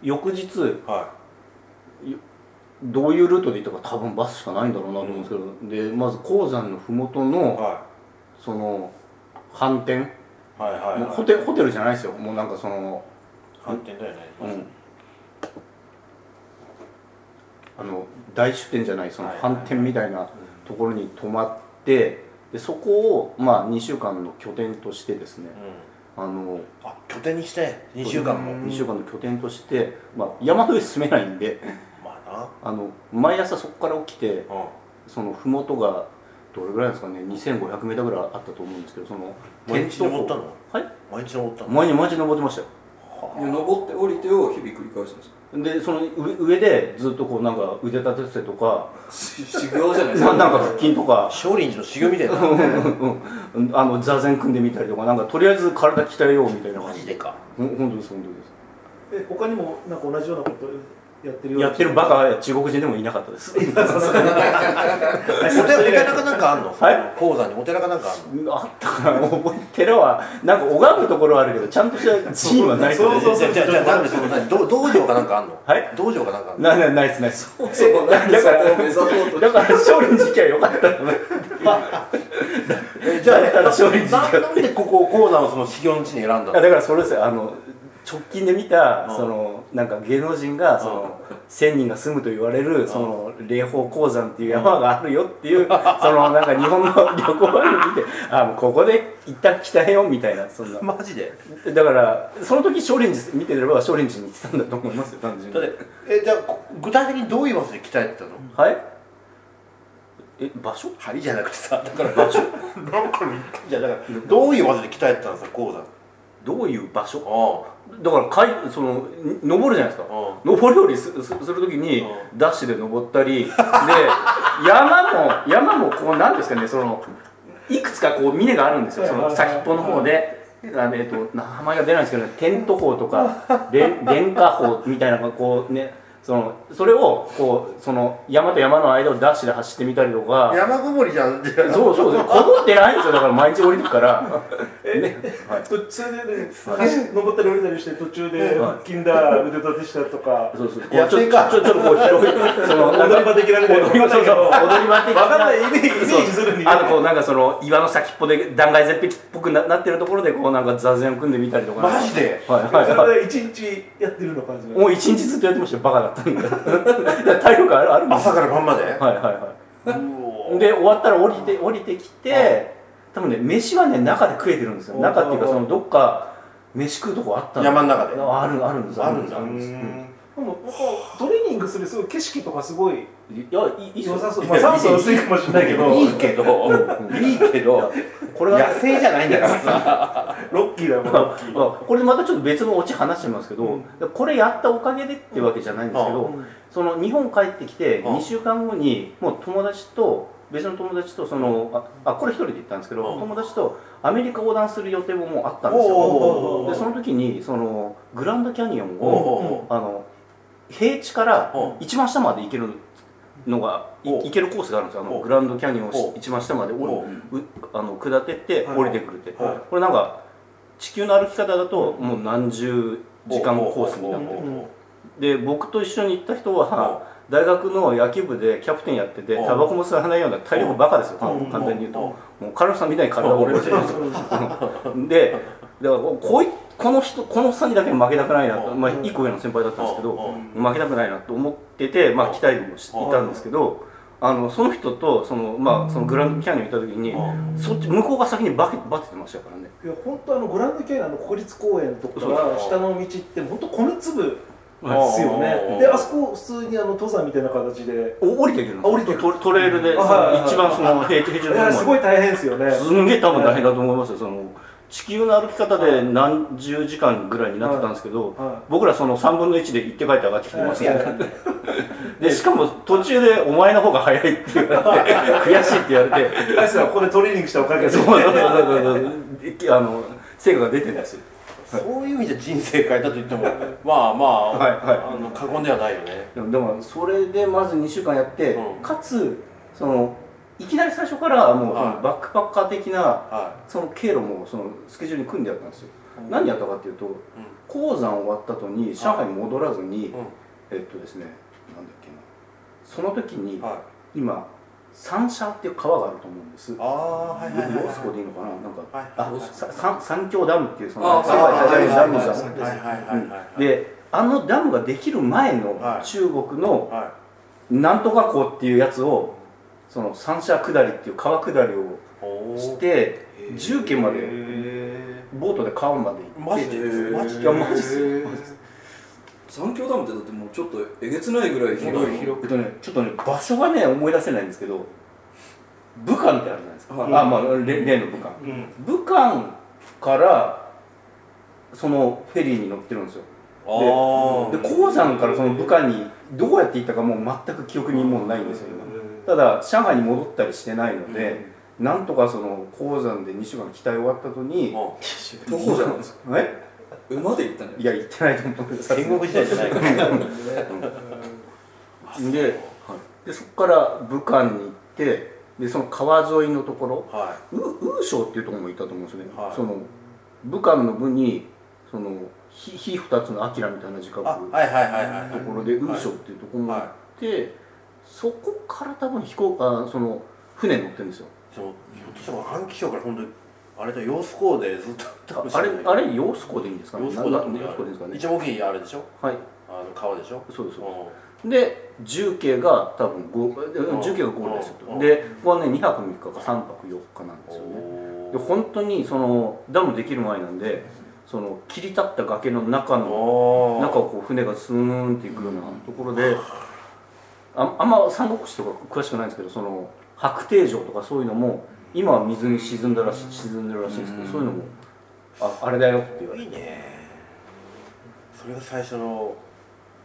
Speaker 5: 翌日
Speaker 4: ーは
Speaker 5: どういうルートで行ったか多分バスしかないんだろうなと思うんですけど、でまず鉱山の麓
Speaker 4: い
Speaker 5: の、
Speaker 4: は
Speaker 5: その反転
Speaker 4: いはいはい
Speaker 5: もう
Speaker 4: はい
Speaker 5: ホテホテルじゃないですよもうなんかその、
Speaker 4: 反転だよね
Speaker 5: う
Speaker 4: まさに
Speaker 5: ん、あの大酒店じゃないその
Speaker 4: はい
Speaker 5: 反転みたいなところに泊まってでそこをまあ2週間の拠点としてですね
Speaker 4: うん
Speaker 5: あの
Speaker 4: あ拠点にして2週間も
Speaker 5: 2週間の拠点として、まあ、山の上住めないんで
Speaker 4: まあ
Speaker 5: あの毎朝そこから起きて
Speaker 4: なうん
Speaker 5: その麓がどれぐらいですかね2500メーターぐらいあったと思うんですけどその
Speaker 4: 毎日登ったの
Speaker 5: はい
Speaker 4: 毎日登ったの
Speaker 5: 毎日毎日登ってましたよ
Speaker 7: で登って降りてを日々繰り返すんで
Speaker 5: [laughs]
Speaker 7: すか
Speaker 5: でその上上でずっとこうなんか腕立て伏せとか
Speaker 7: 修行じゃないです
Speaker 5: な
Speaker 7: か
Speaker 5: なんか腹筋とか
Speaker 4: 少林寺の修行みたいな
Speaker 5: うんあの座禅組んでみたりとかなんかとりあえず体鍛えようみたいな
Speaker 4: マ
Speaker 5: 感じ
Speaker 4: ジでか
Speaker 5: ほん本当です本当です
Speaker 8: え他にもなんか同じようなことやってるような
Speaker 5: やってるバカは中国人でもいなかったです
Speaker 4: お寺お寺かなんかあんのそ
Speaker 5: はい
Speaker 4: の鉱山にお寺かなんかあんの
Speaker 5: あったかな覚え寺はなんか拝むところはあるけどちゃんとしたチームはないですね
Speaker 8: そうそうそう
Speaker 4: じゃあじゃあなんでその何道道場かなんかあんの
Speaker 5: はい
Speaker 4: 道場かなんかあんの
Speaker 5: ななないですないです
Speaker 7: そうなん
Speaker 5: だ
Speaker 7: でそ
Speaker 5: か
Speaker 7: こ
Speaker 5: ら
Speaker 7: を目指そうと
Speaker 5: だから少林寺家は良かったのね [laughs]
Speaker 4: えじゃあ
Speaker 5: だから少林寺
Speaker 4: ななんでここを鉱山をその修行の地に選んだの
Speaker 5: いやだからそれですよあの直近で見た、
Speaker 4: うん
Speaker 5: そのなんか芸能人がその、1,000人が住むと言われる、その霊峰鉱山っていう山があるよっていう、 [laughs] そのなんか日本の旅行番組見て [laughs] あもうここで一旦鍛えようみたいなそんな
Speaker 4: [laughs] マジで
Speaker 5: だからその時少林寺見てれば少林寺に行ってたんだと思いますよ単純に
Speaker 4: だってえじゃあこ具体的にどういう場所で鍛えてたの
Speaker 5: はいえ場所
Speaker 4: 針じゃなくてさだから場所なんかにじゃあだからどういう場所で鍛えてたのさ鉱山
Speaker 5: どういう場所
Speaker 4: あ
Speaker 5: だからかいそのに登るじゃないですか、登り降りすすするときに
Speaker 4: う
Speaker 5: ダッシュで登ったり、で山も山もこうなんですかねそのいくつかこう峰があるんですよその先っぽの方で。あのえっと、名前が出ないんですけど、ね、テント砲とか連連火砲みたいなのがこうねそのそれをこうその山と山の間をダッシュで走ってみたりと
Speaker 4: あ
Speaker 5: か
Speaker 4: 山ごもりじゃ [laughs] んじゃあ
Speaker 5: そうそうそうこぼってないんですよだから毎日降りてく [laughs] から、ねはい、
Speaker 8: 途中でね、登ったり降りたりして途中で腹筋だ腕立てしたとか
Speaker 5: そうそう
Speaker 4: 野生か
Speaker 5: ちょちょちょっとこう広いその
Speaker 8: [laughs] 踊り場的なみたいな
Speaker 5: 踊り場そうそう踊り場的な
Speaker 8: わかんないイメージイメージするに
Speaker 5: あとこうなんかその岩の先っぽで断崖絶壁っぽくななってるところでこうなんか座禅を組んでみたりとか
Speaker 4: マジで
Speaker 5: はい
Speaker 8: そ
Speaker 5: はいは
Speaker 8: れで一日やってるの感じ
Speaker 5: いもう一日ずっとやってましたよバカだったんでいや体力あるあるんです [laughs]
Speaker 4: 朝
Speaker 5: よ
Speaker 4: から晩まで、
Speaker 5: はいはいはいで終わったら降りて降りてきて多分ね飯はね中で食えてるんですよ中っていうかそのどっか飯食うとこあった
Speaker 4: 山の中で
Speaker 5: あるあるんです
Speaker 4: あるんだ
Speaker 5: あるんです
Speaker 8: でも僕はトレーニングするすごい景色とかすごい
Speaker 5: いやいいいいっすよ
Speaker 8: 良さそうまあ酸素は薄いかもしれないけど
Speaker 4: いいけどいいけど
Speaker 5: これは
Speaker 4: 野生じゃないんだからさ
Speaker 8: ロッキーだよもうロッキー
Speaker 5: あこれまたちょっと別のオチ話してますけど、これやったおかげでっていうわけじゃないんですけど、その日本帰ってきて
Speaker 4: うん
Speaker 5: 2週間後にもう友達と別の友達とそのああこれ一人で行ったんですけど、
Speaker 4: うん
Speaker 5: 友達とアメリカ横断する予定ももうあったんです
Speaker 4: おうおうおうお
Speaker 5: よ
Speaker 4: う
Speaker 5: でその時にそのグランドキャニオン
Speaker 4: おうおう
Speaker 5: をあの平地から
Speaker 4: う
Speaker 5: 一番下まで行けるのがい
Speaker 4: お
Speaker 5: 行けるコースがあるんですよあの
Speaker 4: お
Speaker 5: グランドキャニオンをし
Speaker 4: お
Speaker 5: 一番下まで降り
Speaker 4: お
Speaker 5: うあの下ってって
Speaker 8: はい
Speaker 5: 降りてくるって
Speaker 8: はい
Speaker 5: これなんか地球の歩き方だともう何十時間コースになってるで僕と一緒に行った人は大学の野球部でキャプテンやってて
Speaker 4: お
Speaker 5: タバコも吸わないような体力バカですよ
Speaker 4: お
Speaker 5: 簡単に言うと
Speaker 4: お
Speaker 5: もうカルロスさんみたいに体を折れてるんですよでだからこいこの人この人にだけ負けたくないなと、
Speaker 4: お
Speaker 5: まあ、1個上の先輩だったんですけど
Speaker 4: お
Speaker 5: 負けたくないなと思ってて、まあ、期待もしていたんですけどあのその人とその、まあ、そのグランドキャニオン行った時にそっち向こうが先にバケバテてましたからね
Speaker 8: いや本当あのグランドキャニオンの国立公園とか
Speaker 5: そうそう
Speaker 8: 下の道って本当米粒で
Speaker 4: はい
Speaker 8: すよ
Speaker 4: うん
Speaker 8: ねであそこ普通にあの登山みたいな形で
Speaker 5: お降りていけるんですよ
Speaker 8: あ降りていけ
Speaker 5: トトレイルで、
Speaker 8: あ
Speaker 5: その
Speaker 8: はいはいはい
Speaker 5: 一番その平地平地
Speaker 8: い
Speaker 5: の
Speaker 8: やす
Speaker 5: とこ
Speaker 8: ごい大変ですよね
Speaker 5: まで、すんげえ多分大変だと思いますよその地球の歩き方で何十時間ぐらいになってたんですけど、
Speaker 8: は
Speaker 5: 僕らその3分の1で行って帰って上がってきてますよ、ね
Speaker 8: はい
Speaker 5: でしかも途中で「お前の方が早い」って言 [laughs] われて悔しいって言われて
Speaker 8: あいつらここでトレーニングしたおかげで
Speaker 5: そうそうそうそうあの成果が出てるんですよ
Speaker 4: そういう意味じゃ人生変えたと言ってもまあまあ,、あの過言ではないよね
Speaker 5: でもでもそれでまず2週間やって、
Speaker 4: うん
Speaker 5: かつそのいきなり最初からもう、
Speaker 4: はい
Speaker 5: バックパッカー的な
Speaker 4: は
Speaker 5: その経路もそのスケジュールに組んであったんですよ、何やったかっていうと、鉱山終わった後に上海に戻らずに、
Speaker 4: うん
Speaker 5: えっとですねなんだっけなその時に、
Speaker 4: はい
Speaker 5: 今三社っていう川があると思うんです
Speaker 4: ああはいはいはい
Speaker 5: ロスコでいいのかななんか、
Speaker 4: はい
Speaker 5: あさ三三峡ダムっていうその
Speaker 7: あはいはいはい
Speaker 5: ダムが
Speaker 4: はいはいはいはい
Speaker 5: であのダムができる前の
Speaker 4: はい
Speaker 5: 中国の
Speaker 4: は
Speaker 5: なんとか湖っていうやつをその三社下りっていう川下りを
Speaker 4: いおー
Speaker 5: して重慶まで
Speaker 4: へ
Speaker 5: ボートで川まで行
Speaker 4: マ
Speaker 5: って
Speaker 4: ジで
Speaker 7: えー
Speaker 4: マジで
Speaker 5: いやマジっすよ
Speaker 7: [laughs] 三峡ダムってだってもうちょっとえげつないぐらい広い広
Speaker 5: えっとねちょっとね場所がね思い出せないんですけど武漢ってあるじゃないですか、
Speaker 7: はい
Speaker 5: あまあ例例の武漢、武漢からそのフェリーに乗ってるんですよ
Speaker 4: あー
Speaker 5: で鉱山からその武漢にどうやって行ったかもう全く記憶にもうないんですよ今ただ上海に戻ったりしてないので、なんとかその鉱山で2週間期待終わった後に、
Speaker 4: うん
Speaker 7: 徒歩じゃないですか
Speaker 5: え
Speaker 7: 馬で行ったんじゃな
Speaker 5: い
Speaker 7: い
Speaker 5: や行ってないと思うんです
Speaker 4: [laughs] 戦国時代じゃないから
Speaker 5: で,、はい、でそこから武漢に行ってでその川沿いのところ
Speaker 4: は
Speaker 5: ウウーショウっていうところも行ったと思うんですよね、
Speaker 4: はい
Speaker 5: その武漢の部にその火火二つのアキラみたいな字書く
Speaker 4: いあはいはいはいはい
Speaker 5: ところでウーショウっていうところもあって、そこから多分飛行あその船に乗ってるんですよ
Speaker 4: そのひょっとしたら暗記症から本当にあれと様子校でずっと行ったかもし
Speaker 5: あれ
Speaker 4: ない
Speaker 5: あれ洋子港でいいんですかね
Speaker 4: 様子校だと思う
Speaker 5: なな洋子港でいいんですかね
Speaker 4: 一番大きいあれでしょ
Speaker 5: はい
Speaker 4: あの川でしょ
Speaker 5: そうです
Speaker 4: うん
Speaker 5: で重慶が多分ゴール
Speaker 4: うん
Speaker 5: 重慶がゴールですよ
Speaker 4: うん
Speaker 5: でここはね2泊3日か3泊4日なんですよね
Speaker 4: お
Speaker 5: で本当にそのダムできる前なんでその切り立った崖の中
Speaker 4: ー
Speaker 5: の
Speaker 4: お
Speaker 5: 中をこう船がスーンっていくようなところでああんま三国志とか詳しくないんですけどその白帝城とかそういうのも今は水に沈んだらしい沈んでるらしいんですけどそういうのもああれだよって言われて
Speaker 4: いいねそれが最初の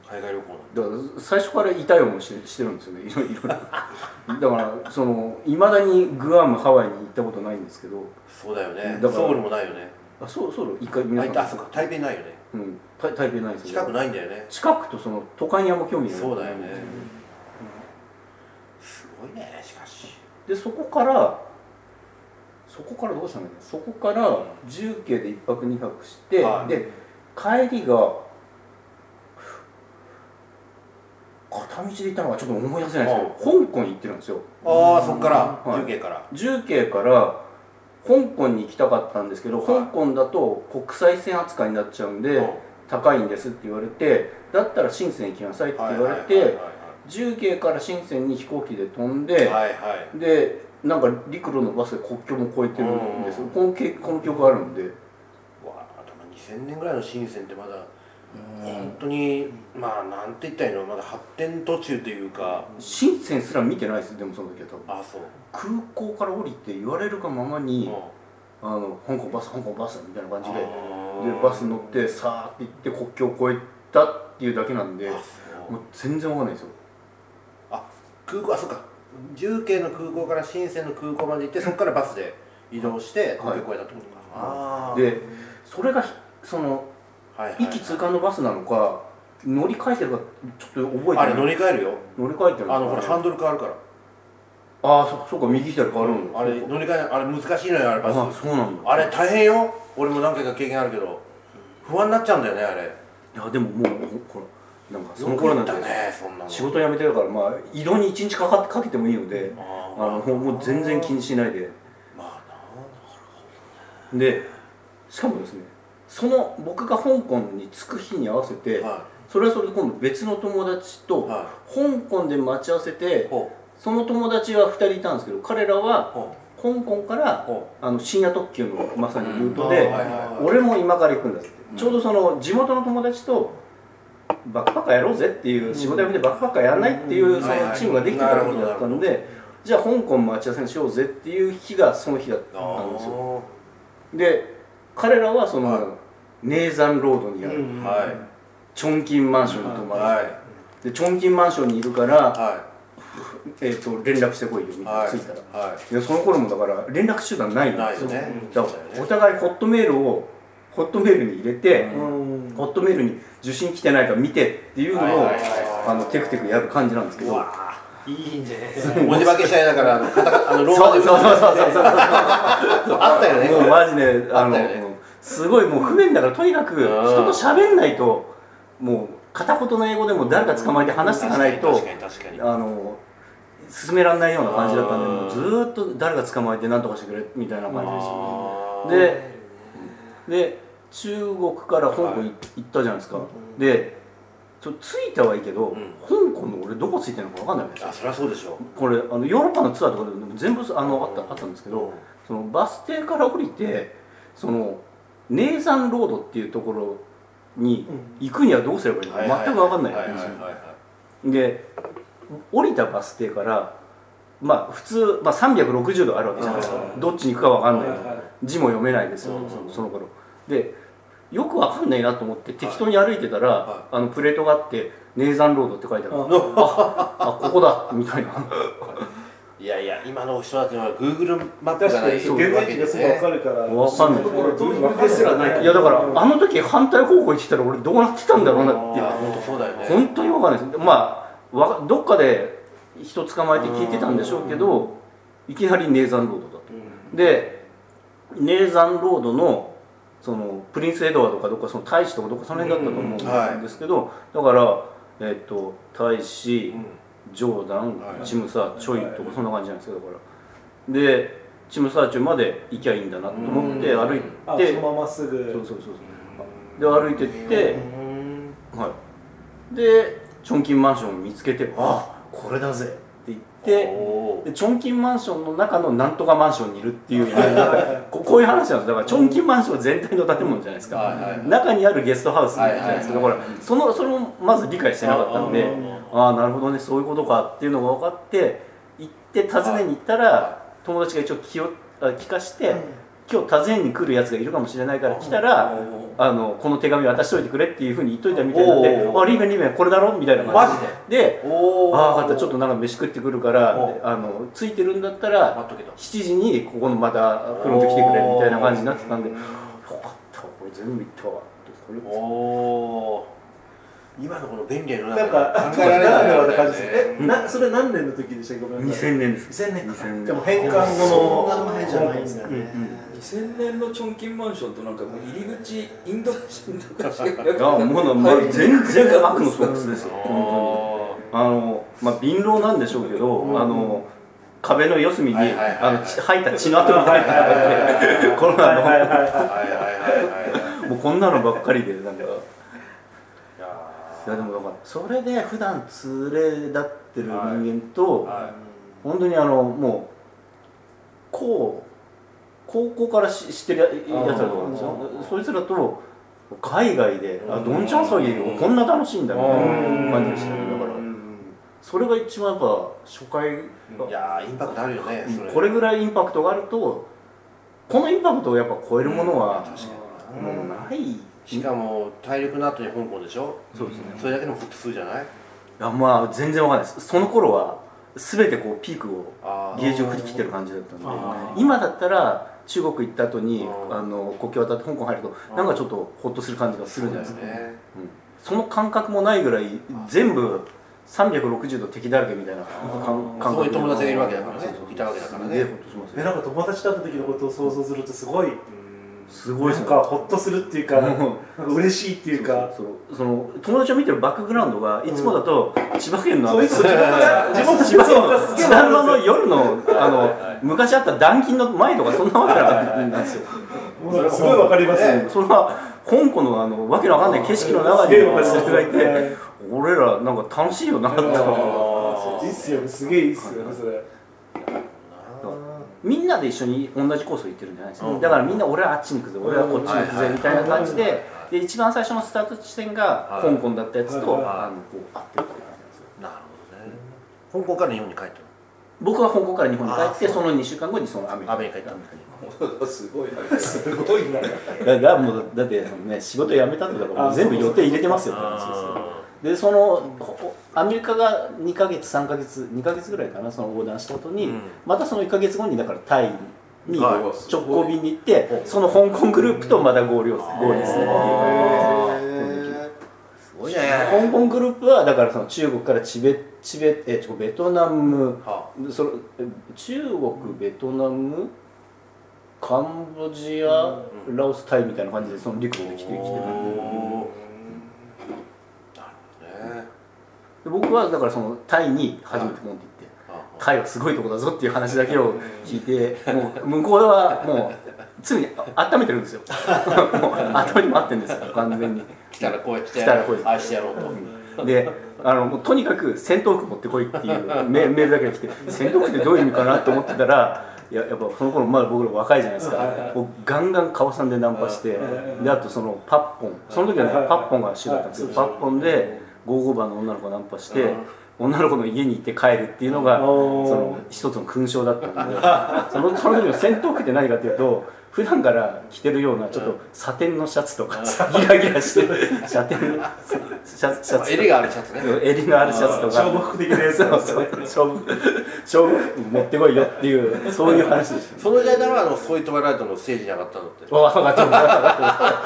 Speaker 4: 海外旅行なんだ
Speaker 5: だから最初から痛い思いしてしてるんですよねいろいろ [laughs] だからそのいまだにグアムハワイに行ったことないんですけど
Speaker 4: そうだよね
Speaker 5: だから
Speaker 4: ソウルもないよね
Speaker 5: あそうそう一回皆
Speaker 4: あ
Speaker 5: さ
Speaker 4: い
Speaker 5: ん
Speaker 4: たあそうか台北ないよね
Speaker 5: うんた台北ないです
Speaker 4: 近くないんだよね
Speaker 5: 近くとその都会にあんま興味ない
Speaker 4: そうだよねすごいねしかし
Speaker 5: でそこからそこからどうしたのそこから重慶で1泊2泊して、
Speaker 4: はい
Speaker 5: で帰りが片道で行ったのがちょっと思い出せないですけど香港に行ってるんですよ
Speaker 4: ああそっから
Speaker 5: はい
Speaker 4: 重慶から
Speaker 5: 重慶から香港に行きたかったんですけど、香港だと国際線扱いになっちゃうんで、
Speaker 4: うん
Speaker 5: 高いんですって言われてだったら深セン行きなさいって言われて、
Speaker 4: はいはい
Speaker 5: 重慶から深センに飛行機で飛んで、
Speaker 4: はいはい
Speaker 5: でなんか陸路のバスで国境も越えてるんですよ、
Speaker 4: うん
Speaker 5: このけこの記憶があるんで
Speaker 4: わあでも2000年ぐらいの深センってまだ本当にまあなんて言ったらいいのまだ発展途中というか
Speaker 5: 深センすら見てないですでもその時は多分
Speaker 4: あそう
Speaker 5: 空港から降りて言われるがままに、
Speaker 4: うん
Speaker 5: あの香港バス香港バスみたいな感じで
Speaker 4: あー
Speaker 5: でバス乗ってさーって行って国境越えたっていうだけなんで
Speaker 4: あ
Speaker 5: もう
Speaker 4: そう
Speaker 5: 全然わかんないですよ
Speaker 4: あ空港あそうか重慶の空港から深センの空港まで行ってそこからバスで移動して
Speaker 5: はい
Speaker 4: 国境越えたってことかあー
Speaker 5: でそれがひその
Speaker 4: はいはいはい
Speaker 5: 息通過のバスなのか乗り換えてるかちょっと覚えてない
Speaker 4: あれ乗り換えるよ
Speaker 5: 乗り換えてる
Speaker 4: あのほらハンドル変わるから
Speaker 5: ああそそうか右左変わるんだ
Speaker 4: あれ乗り換えあれ難しいのよあれバ
Speaker 5: あ
Speaker 4: ス
Speaker 5: そうなんだ
Speaker 4: あれ大変よ俺も何回か経験あるけど不安になっちゃうんだよねあれ
Speaker 5: いやでももうほらなんかその
Speaker 4: よく
Speaker 5: 頃
Speaker 4: 行
Speaker 5: な
Speaker 4: っ
Speaker 5: んて
Speaker 4: たねそんなの
Speaker 5: 仕事辞めてるからまあ移動に1日かかかけてもいいのであ
Speaker 4: あ
Speaker 5: のもう全然気にしないで
Speaker 4: ま
Speaker 5: でしかもですねその僕が香港に着く日に合わせて、
Speaker 4: あは
Speaker 5: それはそれで今度別の友達と
Speaker 4: いは
Speaker 5: 香港で待ち合わせて
Speaker 4: いほ
Speaker 5: その友達は2人いたんですけど彼ら
Speaker 4: う
Speaker 5: は
Speaker 4: ほ
Speaker 5: 香港から
Speaker 4: うほ
Speaker 5: あの深夜特急のまさにルー
Speaker 4: う
Speaker 5: トで、
Speaker 4: はいはいはい
Speaker 5: 俺も今から行くんだって、ちょうどその地元の友達とバックパッカーやろうぜっていう仕事辞めてバックパッカーやらないっていうそのチームができてた時だったのでじゃあ香港待ち合わせにしようぜっていう日がその日だった
Speaker 4: あ
Speaker 5: んですよ
Speaker 4: ー
Speaker 5: で彼らはその、
Speaker 4: はい
Speaker 5: ネイザンロードにある、
Speaker 4: はい
Speaker 5: チョンキンマンションに泊まる、
Speaker 4: はい
Speaker 5: でチョンキンマンションにいるから、
Speaker 4: は
Speaker 5: えー、と連絡してこいよみ
Speaker 4: い
Speaker 5: たいな
Speaker 4: はい
Speaker 5: 着いたら、
Speaker 4: はい
Speaker 5: でその頃もだから連絡手段ないん
Speaker 4: ない
Speaker 5: です
Speaker 4: よ
Speaker 5: よ
Speaker 4: ね
Speaker 5: だからお互いホットメールをホットメールに入れて、ホットメールに受信来てないか見てっていうのを、あのテクテクやる感じなんですけど
Speaker 8: いいね
Speaker 2: 文字化けしたいだからあのカタカあのローマ
Speaker 5: そ
Speaker 2: 字
Speaker 5: うそうそうそうそう
Speaker 2: あったよね
Speaker 5: もうマジであの
Speaker 2: あったよね
Speaker 5: もうすごいもう不便だからとにかく人と喋んないともう片言の英語でも誰か捕まえて話していかないと
Speaker 4: 確かに確かに
Speaker 5: あの進められないような感じだったんでもうずーっと誰か捕まえて何とかしてくれみたいな感じでした
Speaker 4: あー
Speaker 5: でで中国から香港い行ったじゃないですか、でちょ着いたはいいけど、
Speaker 4: ん
Speaker 5: 香港の俺どこ着いてるのか分かんないわけです
Speaker 4: あ
Speaker 5: よ
Speaker 4: そりゃそうでしょ
Speaker 5: これあのヨーロッパのツアーとかでも全部あのあったあったんですけど、そのバス停から降りてそのネイザンロードっていうところに行くにはどうすればいいのか全く分かんない
Speaker 4: はいは
Speaker 5: わけ
Speaker 4: い
Speaker 5: ですよ
Speaker 4: はいはい
Speaker 5: で降りたバス停からまあ普通、まあ、360度あるわけじゃないですかどっちに行くか分かんない、字も読めないですよ、その頃でよく分かんないなと思って適当に歩いてたら、あのプレートがあって「ネイザンロード」って書いてあるああここだみたいな
Speaker 4: いやいや、今の人たちは Google マップがない
Speaker 8: 現
Speaker 4: わ
Speaker 8: 在
Speaker 4: け
Speaker 8: 地
Speaker 4: で
Speaker 8: が
Speaker 4: す
Speaker 8: すぐ分
Speaker 4: ね
Speaker 8: か。るから
Speaker 5: 分かんない
Speaker 8: これどういう
Speaker 3: 分かる人はない
Speaker 5: いやだからあの時反対方向に来たら俺どうなってたんだろうなって
Speaker 4: い
Speaker 5: い
Speaker 4: や、
Speaker 5: う
Speaker 4: 本当そうだよね。
Speaker 5: 本当に分かんないですまあわかどっかで人捕まえて聞いてたんでしょうけどいきなりネイザンロードだと、でネイザンロードのそのプリンスエドワードかどっかその大使とかどっかその辺だったと思うんですけど、だから、えっと大使、ジョーダン、チムサーチョイとかそんな感じなんですけどだからでチムサーチョイまで行きゃいいんだなと思って歩いて、
Speaker 8: あそのまま
Speaker 5: そ
Speaker 8: す
Speaker 5: う
Speaker 8: ぐ
Speaker 5: そうそうそうで歩いてって、はい、でチョンキンマンションを見つけて「あこれだぜ」って言って
Speaker 4: おー
Speaker 5: でチョンキンマンションの中のなんとかマンションにいるっていうここういう話なんですだからチョンキンマンション全体の建物じゃないですか、
Speaker 4: はいはい
Speaker 5: 中にあるゲストハウスじゃないですかだからそのそれもまず理解してなかったんでああなるほどねそういうことかっていうのが分かって行って訪ねに行ったら友達が一応気をあ聞かして今日訪ねに来るやつがいるかもしれないから来たらあのこの手紙渡しといてくれっていうふうに言っといたみたいなんで
Speaker 4: おー
Speaker 5: あリーベンリーベンこれだろみたいな感じでで
Speaker 4: おー
Speaker 5: ああ分かったちょっとなんか飯食ってくるから
Speaker 4: お
Speaker 5: あのついてるんだったら
Speaker 4: 待っとけと。
Speaker 5: 7時にここのまたフロント来てくれみたいな感じになってたんでよかったわこれ全部いったわこれ
Speaker 4: おー今のこの便利の
Speaker 8: なん
Speaker 4: 中
Speaker 8: か
Speaker 4: 考えられない
Speaker 8: な
Speaker 4: よ
Speaker 8: んか
Speaker 4: ね
Speaker 8: 感じですえなそれ何年の時でしたっけごめんなさい
Speaker 5: 2000年です
Speaker 8: 2000年か
Speaker 5: 2000年
Speaker 8: でも返還後の
Speaker 2: そんな前じゃないんだね
Speaker 7: 2000年のチョンキンマンションとなんかもう入り口インドネシアインドネシア
Speaker 5: いやもうなもう全然悪のソックスですよ本当にあのまあ貧乏なんでしょうけど、あの壁の四隅に、
Speaker 4: はいはいはいはい
Speaker 5: あのち吐いた血の跡みたいなのがこん
Speaker 8: はいは
Speaker 5: な
Speaker 8: いは
Speaker 4: はいは
Speaker 8: いは
Speaker 4: いはいはい。
Speaker 5: のもうこんなのばっかりでなんかいやでもだからそれで普段連れ立ってる人間と、本当にあのもうこう高校からし知ってるややつらとかなんですよそいつらと海外であどんちゃん騒ぎこんな楽しいんだみたいな感じでしたねだからそれが一番やっぱ初回
Speaker 4: いやー、インパクトあるよね、それ。
Speaker 5: これぐらいインパクトがあるとこのインパクトをやっぱ超えるものは
Speaker 4: 確か
Speaker 5: もうないい
Speaker 4: に。しかも、大陸の後に香港でしょそうですね。それだけのホップ数じゃない
Speaker 5: やまあ全然わかんないですその頃は全てこうピークを
Speaker 4: あ
Speaker 5: ゲージを振り切ってる感じだったんで今だったら中国行った後に
Speaker 4: あー
Speaker 5: あの国境渡って香港入るとなんかちょっとホッとする感じがするんじゃないですか
Speaker 4: ね。
Speaker 5: その感覚もないぐらい全部360度敵だらけみたいな感感覚
Speaker 9: そういう友達がいるわけだからね
Speaker 5: そうそうそう
Speaker 9: いたわけだからね
Speaker 5: すげえほっとします
Speaker 8: え
Speaker 5: ね
Speaker 8: なんか友達と会った時のことを想像するとすごい
Speaker 5: すごいです
Speaker 8: なん
Speaker 5: ね
Speaker 8: かほっとするっていうかなんか嬉しいっていうか
Speaker 5: そうそうその友達を見てるバックグラウンドがいつもだと千葉県のあの
Speaker 8: そういつも自分が自分の
Speaker 5: 千葉県の
Speaker 8: そう
Speaker 5: 津田沼の夜のあの昔あった団金の前とかそんなわけなかったんですよ
Speaker 8: もうすごいわかりますね
Speaker 5: それは香港のあのわけのわかんない景色の中
Speaker 8: すげえわ
Speaker 5: に
Speaker 8: かります
Speaker 5: 人がい
Speaker 8: はい
Speaker 5: て俺らなんか楽しいよなって
Speaker 8: いいっすよねすげえいいっすよねそれ
Speaker 5: みんなで一緒に同じコースを行ってるんじゃないですか、だからみんな俺はあっちに行くぜ俺はこっちに行くぜみたいな感じで,、で一番最初のスタート地点が香港だったやつと、
Speaker 8: はい
Speaker 5: あのこう合ってるっていう感じなんですよ
Speaker 4: なるほどね香港から日本に帰って
Speaker 5: 僕は香港から日本に帰って
Speaker 4: あー
Speaker 5: その2週間後にそのアメリカ
Speaker 4: アメリカ行ったんだ
Speaker 7: すごいな
Speaker 8: すごいな
Speaker 5: だからもうだってね仕事辞めたってだからもう全部予定入れてますよって話ですよでそのほアメリカが2ヶ月3ヶ月2ヶ月ぐらいかなその横断した後に、
Speaker 4: うん
Speaker 5: またその1ヶ月後にだからタイに
Speaker 4: はい
Speaker 5: 直行便に行って、その香港グループとまた合流合流するっていう
Speaker 4: すごいね
Speaker 5: 香港グループはだからその中国からチベチベえちょベトナム
Speaker 4: は
Speaker 5: そのえ中国ベトナムカンボジア、ラオスタイみたいな感じでその陸路で来てきてるで僕はだからそのタイに初めてポンって行ってタイはすごいとこだぞっていう話だけを聞いてもう向こうはもう常に温めてるんですよ [laughs] もう温めて待ってるんですよ完全に。
Speaker 9: 来たらこうやって
Speaker 5: 来たらこうやって
Speaker 9: 愛してやろうと
Speaker 5: であのもうとにかく戦闘服持ってこいっていうメメールだけが来て戦闘服ってどういう意味かなと思ってたらいややっぱその頃まだ僕ら若いじゃないですかこうガンガン顔さんでナンパしてであとそのパッポンその時はねパッポンが主だったんですけどパッポンで55番の女の子ナンパして女の子の家に行って帰るっていうのがそ
Speaker 8: おー
Speaker 5: の一つの勲章だったんでそのその時の戦闘服って何かっていうと普段から着てるようなちょっとサテンのシャツとかギラギラしてるシャテンのシャシャツとか
Speaker 9: 襟があるシャツね
Speaker 5: 襟のあるシャツとか
Speaker 8: 消防服的なやつ
Speaker 5: そうそう勝負勝負服持ってこいよっていうそういう話でした
Speaker 4: その時代だろあのソイトワイライトのステージに上がったのって
Speaker 5: わかっ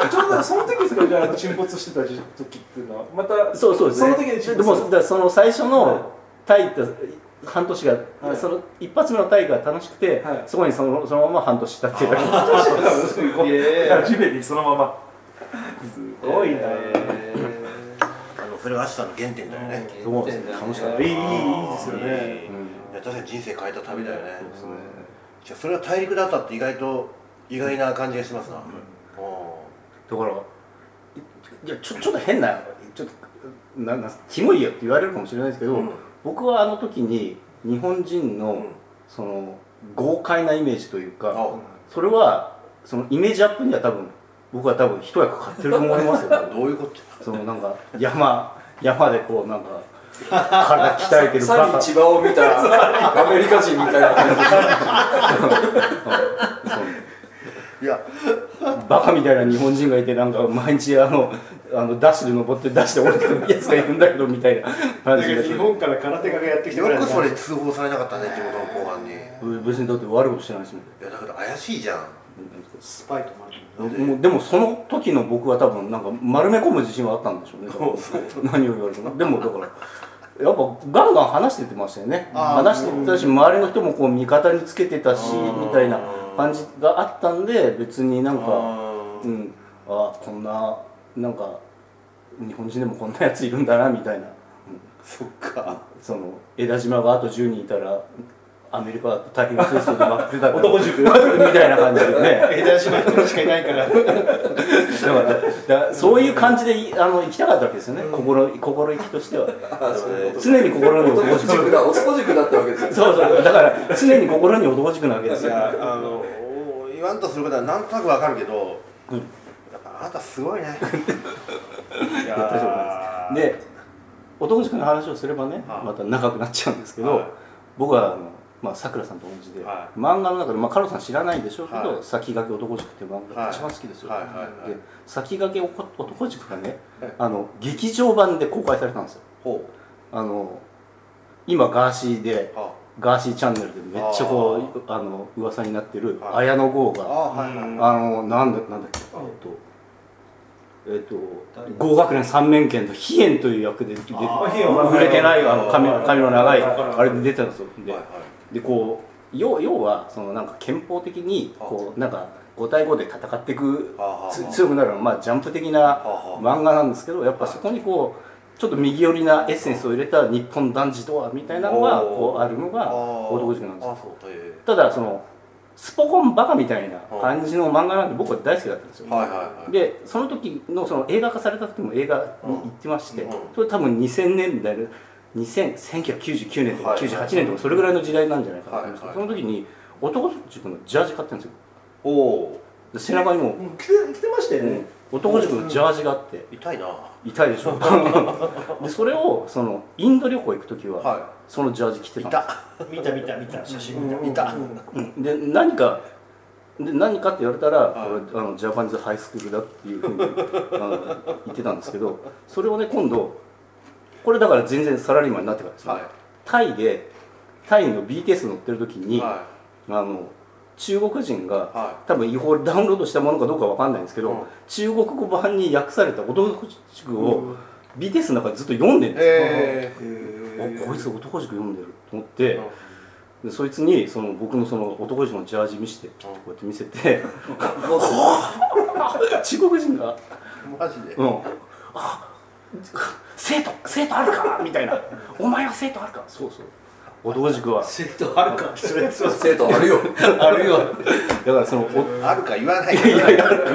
Speaker 5: た
Speaker 8: ちょうどその時ですかじゃあ沈没してた時っていうのはまた
Speaker 5: そうそうですね
Speaker 8: その時に沈
Speaker 5: で
Speaker 8: 没
Speaker 5: もだからその最初のタイって半年が、
Speaker 8: はい
Speaker 5: その一発目のタイが楽しくて、
Speaker 8: はい
Speaker 5: そこにそのそのまま半年経ってるだけです
Speaker 8: [laughs] 地面にそのまま。すごい
Speaker 4: あ
Speaker 8: な。
Speaker 4: のそれが明日の原点だよね
Speaker 5: そうですね楽しかっ
Speaker 8: いいいいいいですよね。
Speaker 4: いや確かに人生変えた旅だよねじゃあそれは大陸だったって意外と意外な感じがしますなう
Speaker 5: ただからいいやちょちょっと変なちょっとななキモいよって言われるかもしれないですけど、
Speaker 4: ん
Speaker 5: 僕はあの時に日本人の、
Speaker 4: ん
Speaker 5: その豪快なイメージというか、
Speaker 4: あ
Speaker 5: それはそのイメージアップには多分僕は多分一役買ってると思いますよ
Speaker 4: [laughs] どういうこと
Speaker 5: そのなんか山山でこうなんか体鍛えて
Speaker 4: [laughs]
Speaker 5: る
Speaker 7: さ
Speaker 5: バ
Speaker 7: に
Speaker 5: カ
Speaker 7: 千葉を見たアメリカ人みたいな感じ
Speaker 4: いや
Speaker 5: バカみたいな日本人がいてなんか毎日あのあのダッシュで登ってダッシュで降りてくるやつがいるんだけどみたいな感
Speaker 8: だ
Speaker 5: じ
Speaker 8: け
Speaker 5: で
Speaker 8: ど日本から空手家がやってきて
Speaker 4: よくそれ通報されなかったね地元の後半にいや
Speaker 5: 別にだって悪いことしてないしも
Speaker 4: だけど怪しいじゃん
Speaker 8: スパイとマ
Speaker 5: もうでもその時の僕は多分なんか丸め込む自信はあったんでしょうね多分何を言われてもでもだからやっぱガンガン話してってましたよね話してたし周りの人もこう味方につけてたしみたいな感じがあったんで別になんかうんあこんななんか日本人でもこんなやついるんだなみたいな
Speaker 4: そっか
Speaker 5: その江田島があと10人いたらアメリカだと太平洋戦争で待ってたから
Speaker 8: 男塾
Speaker 5: みたいな感じでね
Speaker 8: 枝島人しかいないか
Speaker 5: だ
Speaker 8: ら。
Speaker 5: からだからそういう感じでいあの行きたかったわけですよね、心心意気としては常に心に男
Speaker 7: 男
Speaker 5: 塾
Speaker 7: 塾だ男塾だったわけですよ
Speaker 5: そうそうだから常に心に男塾なわけで
Speaker 4: い
Speaker 5: すよ
Speaker 4: やあのお言わんとすることはなんとなくわかるけど、
Speaker 5: うん
Speaker 4: やっぱあなたすごいね
Speaker 5: で男塾の話をすればねまた長くなっちゃうんですけど、
Speaker 4: はい
Speaker 5: 僕はあのまあさくらさんと同じで、
Speaker 4: は
Speaker 5: 漫画の中でまあカロさん知らないでしょうけど、
Speaker 4: はい
Speaker 5: 先駆け男塾っていう漫画が
Speaker 4: はい
Speaker 5: 一番好きですよ、
Speaker 4: はいはいはい
Speaker 5: で先駆けおこ男塾がね、あの劇場版で公開されたんですよ
Speaker 4: ほ
Speaker 5: あの今ガーシーで
Speaker 4: うあ
Speaker 5: ガーシーチャンネルでめっちゃこうあの噂になってる
Speaker 4: はい
Speaker 5: 綾野剛
Speaker 4: あ
Speaker 5: が
Speaker 4: はいはい
Speaker 5: あのなんだなんだっけえっとえっと合学年三面剣の飛燕という役で出て
Speaker 10: あ飛燕は
Speaker 5: 売れてないあの髪髪の長い
Speaker 10: はいはい
Speaker 5: あれで出てたんですよで
Speaker 4: はい
Speaker 5: でこう要要はそのなんか憲法的にこうなんか5対5で戦っていく
Speaker 4: あ
Speaker 5: つ
Speaker 4: あ
Speaker 5: 強くなるのはまあジャンプ的な
Speaker 4: あ
Speaker 5: 漫画なんですけどやっぱそこにこうちょっと右寄りなエッセンスを入れた日本男児とはみたいなのが
Speaker 4: おー
Speaker 5: こうあるの
Speaker 4: ー
Speaker 5: が男塾なんですよ
Speaker 4: あそうへ
Speaker 5: ただそのスポコンバカみたいな感じの漫画なんで僕は大好きだったんですよ、
Speaker 4: えはいはいはい
Speaker 5: でその時のその映画化された時も映画に行ってまして、
Speaker 4: うん
Speaker 5: それ多分2000年代の2000 1999年とか
Speaker 4: はいはい
Speaker 5: 98年とかそれぐらいの時代なんじゃないかなと思うんですけど、
Speaker 4: はいは
Speaker 5: その時に男塾のジャージ買ってるんですよ
Speaker 4: おお
Speaker 5: で背中にも、
Speaker 10: うん来て来てましたよね
Speaker 5: 男塾のジャージがあって
Speaker 4: 痛いな
Speaker 5: 痛いで
Speaker 4: [laughs]
Speaker 5: しょでそれをそのインド旅行行く時は、
Speaker 4: は
Speaker 5: そのジャージ着て
Speaker 4: い
Speaker 5: たんですよ
Speaker 4: 痛
Speaker 10: 見た見た見た写真見た
Speaker 4: い痛
Speaker 5: うんで何かで何かって言われたら、これあのジャパニーズハイスクールだっていうふうにあの言ってたんですけどそれをね今度これだから全然サラリーマンになってからですね、
Speaker 4: はい
Speaker 5: タイでタイの BTS 乗ってる時に、
Speaker 4: は
Speaker 5: あの中国人が、
Speaker 4: は
Speaker 5: 多分違法ダウンロードしたものかどうかわかんないんですけど、
Speaker 4: うん
Speaker 5: 中国語版に訳された男塾を BTS の中でずっと読んでるんですよ、
Speaker 4: ええ
Speaker 5: おこいつ男塾読んでると思って、でそいつにその僕のその男塾のジャージ見せてこうやって見せて [laughs] 中国人が
Speaker 4: マジで
Speaker 5: 「うん、あ生徒生徒あるか?」みたいな「お前は生徒あるか?」そうそう男塾は
Speaker 10: 生徒あるかそれそう
Speaker 4: 生徒あるよあるよ
Speaker 5: [laughs] だからそのおい
Speaker 4: あるか言わない言わないから
Speaker 5: や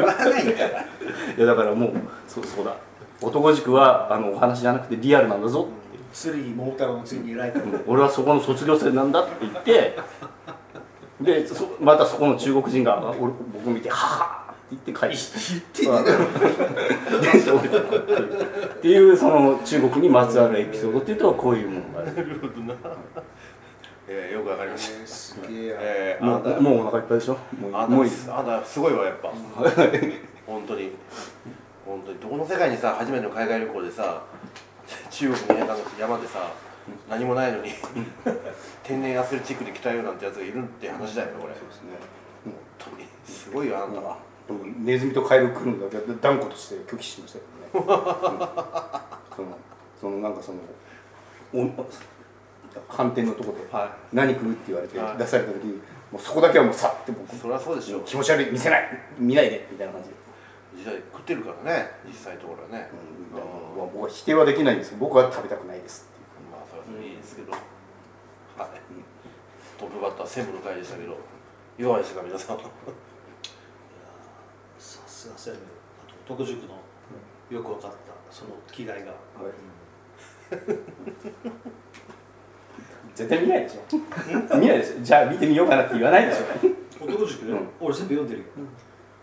Speaker 5: だからもうそうそうだ男塾はあのお話じゃなくてリアルなんだぞって
Speaker 10: 釣り桃太郎の釣りに偉いから
Speaker 5: 俺はそこの卒業生なんだって言ってでそまたそこの中国人があ俺僕見て「はは」って言って帰ってきた [laughs] っていうその中国にまつわるエピソードっていうとこういうものがある
Speaker 4: ええよくわかりました
Speaker 7: すげえや
Speaker 4: ええ
Speaker 5: も
Speaker 4: あなた
Speaker 5: うもうお腹いっぱいでしょもう
Speaker 4: あ
Speaker 5: もう
Speaker 4: ない
Speaker 5: い
Speaker 4: すあなたすごいわやっぱ本当に本当にどこの世界にさ初めての海外旅行でさ中国の田舎の山でさ何もないのに天然アスレチックで来たよなんてやつがいるって話だよねこれそうですね本当にすごいよあなたは
Speaker 5: 僕ネズミとカエル来るのだけ断固として拒否しましたけ [laughs] どね、うんそのそのなんかそのお反転のとこで
Speaker 4: は
Speaker 5: 「何食う?」って言われて
Speaker 4: はい
Speaker 5: 出された時にもうそこだけはもうさって僕
Speaker 4: そりゃそうでしょ
Speaker 5: 気持ち悪い見せない見ないでみたいな感じで、
Speaker 4: 実際食ってるからね実際のところはねあー
Speaker 5: うんまあ僕は否定はできないんですけど僕は食べたくないですっていう
Speaker 4: まあそれはそれでいいですけど、はい、トップバッターセブの回でしたけど弱いですか皆さん
Speaker 10: さすがセブンあと男塾のよくわかったその気概が
Speaker 5: 絶対見ないでしょ [laughs] 見ないでしょじゃあ見てみようかなって言わないでしょ
Speaker 10: 男塾
Speaker 5: うん
Speaker 11: 俺全部読んでるよ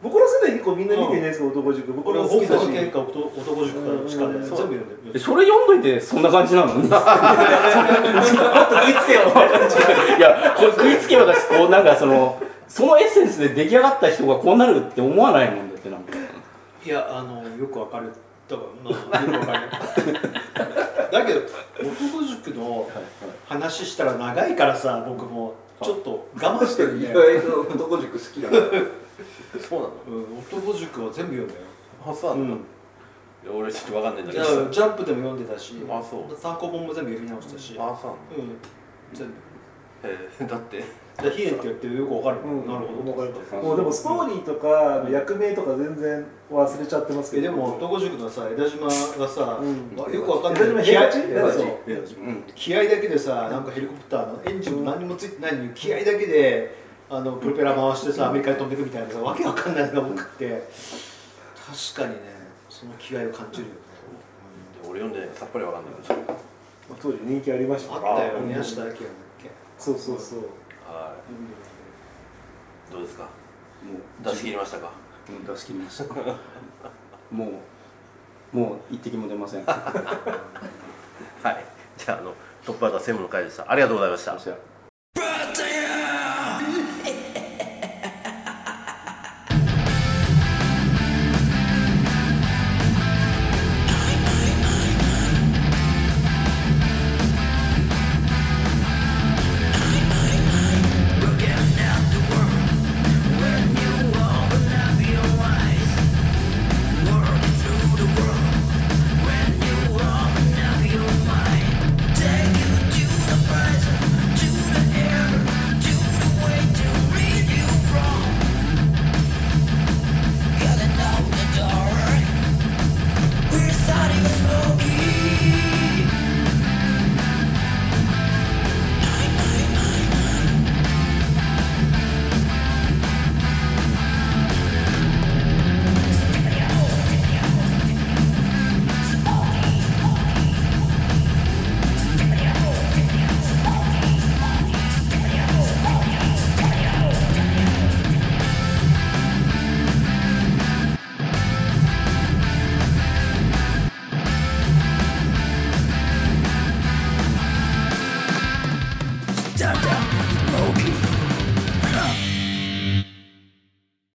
Speaker 10: 僕ら世代結構みんな見てないですか男塾僕
Speaker 11: 俺
Speaker 10: ら
Speaker 11: は
Speaker 10: 好
Speaker 11: 北
Speaker 10: きだ
Speaker 11: 斗
Speaker 10: し
Speaker 11: の剣か男男塾かしかね全部読んでる
Speaker 5: えそれ読んどいてそんな感じな
Speaker 8: [laughs]
Speaker 5: のそんな食いつけよいやこれ食いつけよだしこうなんかそのそのエッセンスで出来上がった人がこうなるって思わないもんだってなんか
Speaker 10: いやあのよくわかるだからまあよくわか [laughs] るだけど男塾の話したら長いからさ僕もちょっと我慢してるんだよ、
Speaker 7: 意外と男塾好きだな
Speaker 4: そうなの
Speaker 10: うん、男塾は全部読んだよ
Speaker 4: [laughs] あそうなの、いや俺ちょっとわかんないんだ
Speaker 10: い
Speaker 4: け
Speaker 10: や
Speaker 4: ど
Speaker 10: ジャンプでも読んでたし
Speaker 4: あそう
Speaker 10: 参考本も全部読み直したし
Speaker 4: あそうなの
Speaker 10: うん全部
Speaker 4: えーだって
Speaker 10: でヒエって言ってよくわかる、
Speaker 8: うん
Speaker 10: なるほど
Speaker 8: もうでもストーリーとか役名とか全然忘れちゃってますけ
Speaker 10: え
Speaker 8: ど
Speaker 10: でも男塾のさ江田島がさ、
Speaker 8: うん
Speaker 10: あよくわかん
Speaker 8: 江田島
Speaker 10: ない気合
Speaker 8: 平八
Speaker 10: なんかそう
Speaker 8: 平
Speaker 10: 気合だけでさなんかヘリコプターのエンジンも何にもついてないのに気合だけであのプロペラ回してさアメリカに飛んでくみたいなさわけわかんないのが多くて確かにねその気合を感じるよね、
Speaker 4: 俺読んでないからさっぱりわかんないけど
Speaker 8: 当時人気ありましたから
Speaker 10: あったよ
Speaker 8: うん
Speaker 10: 宮下明だっけ
Speaker 8: そうそうそう
Speaker 4: はいどうですか
Speaker 5: も
Speaker 4: 出し切りましたか
Speaker 5: う出し切りましたもうもう一滴も出ませんあ
Speaker 4: はいじゃああのトップバッターセブの回でしたありがとうございました
Speaker 12: 「
Speaker 6: ダダスモーキー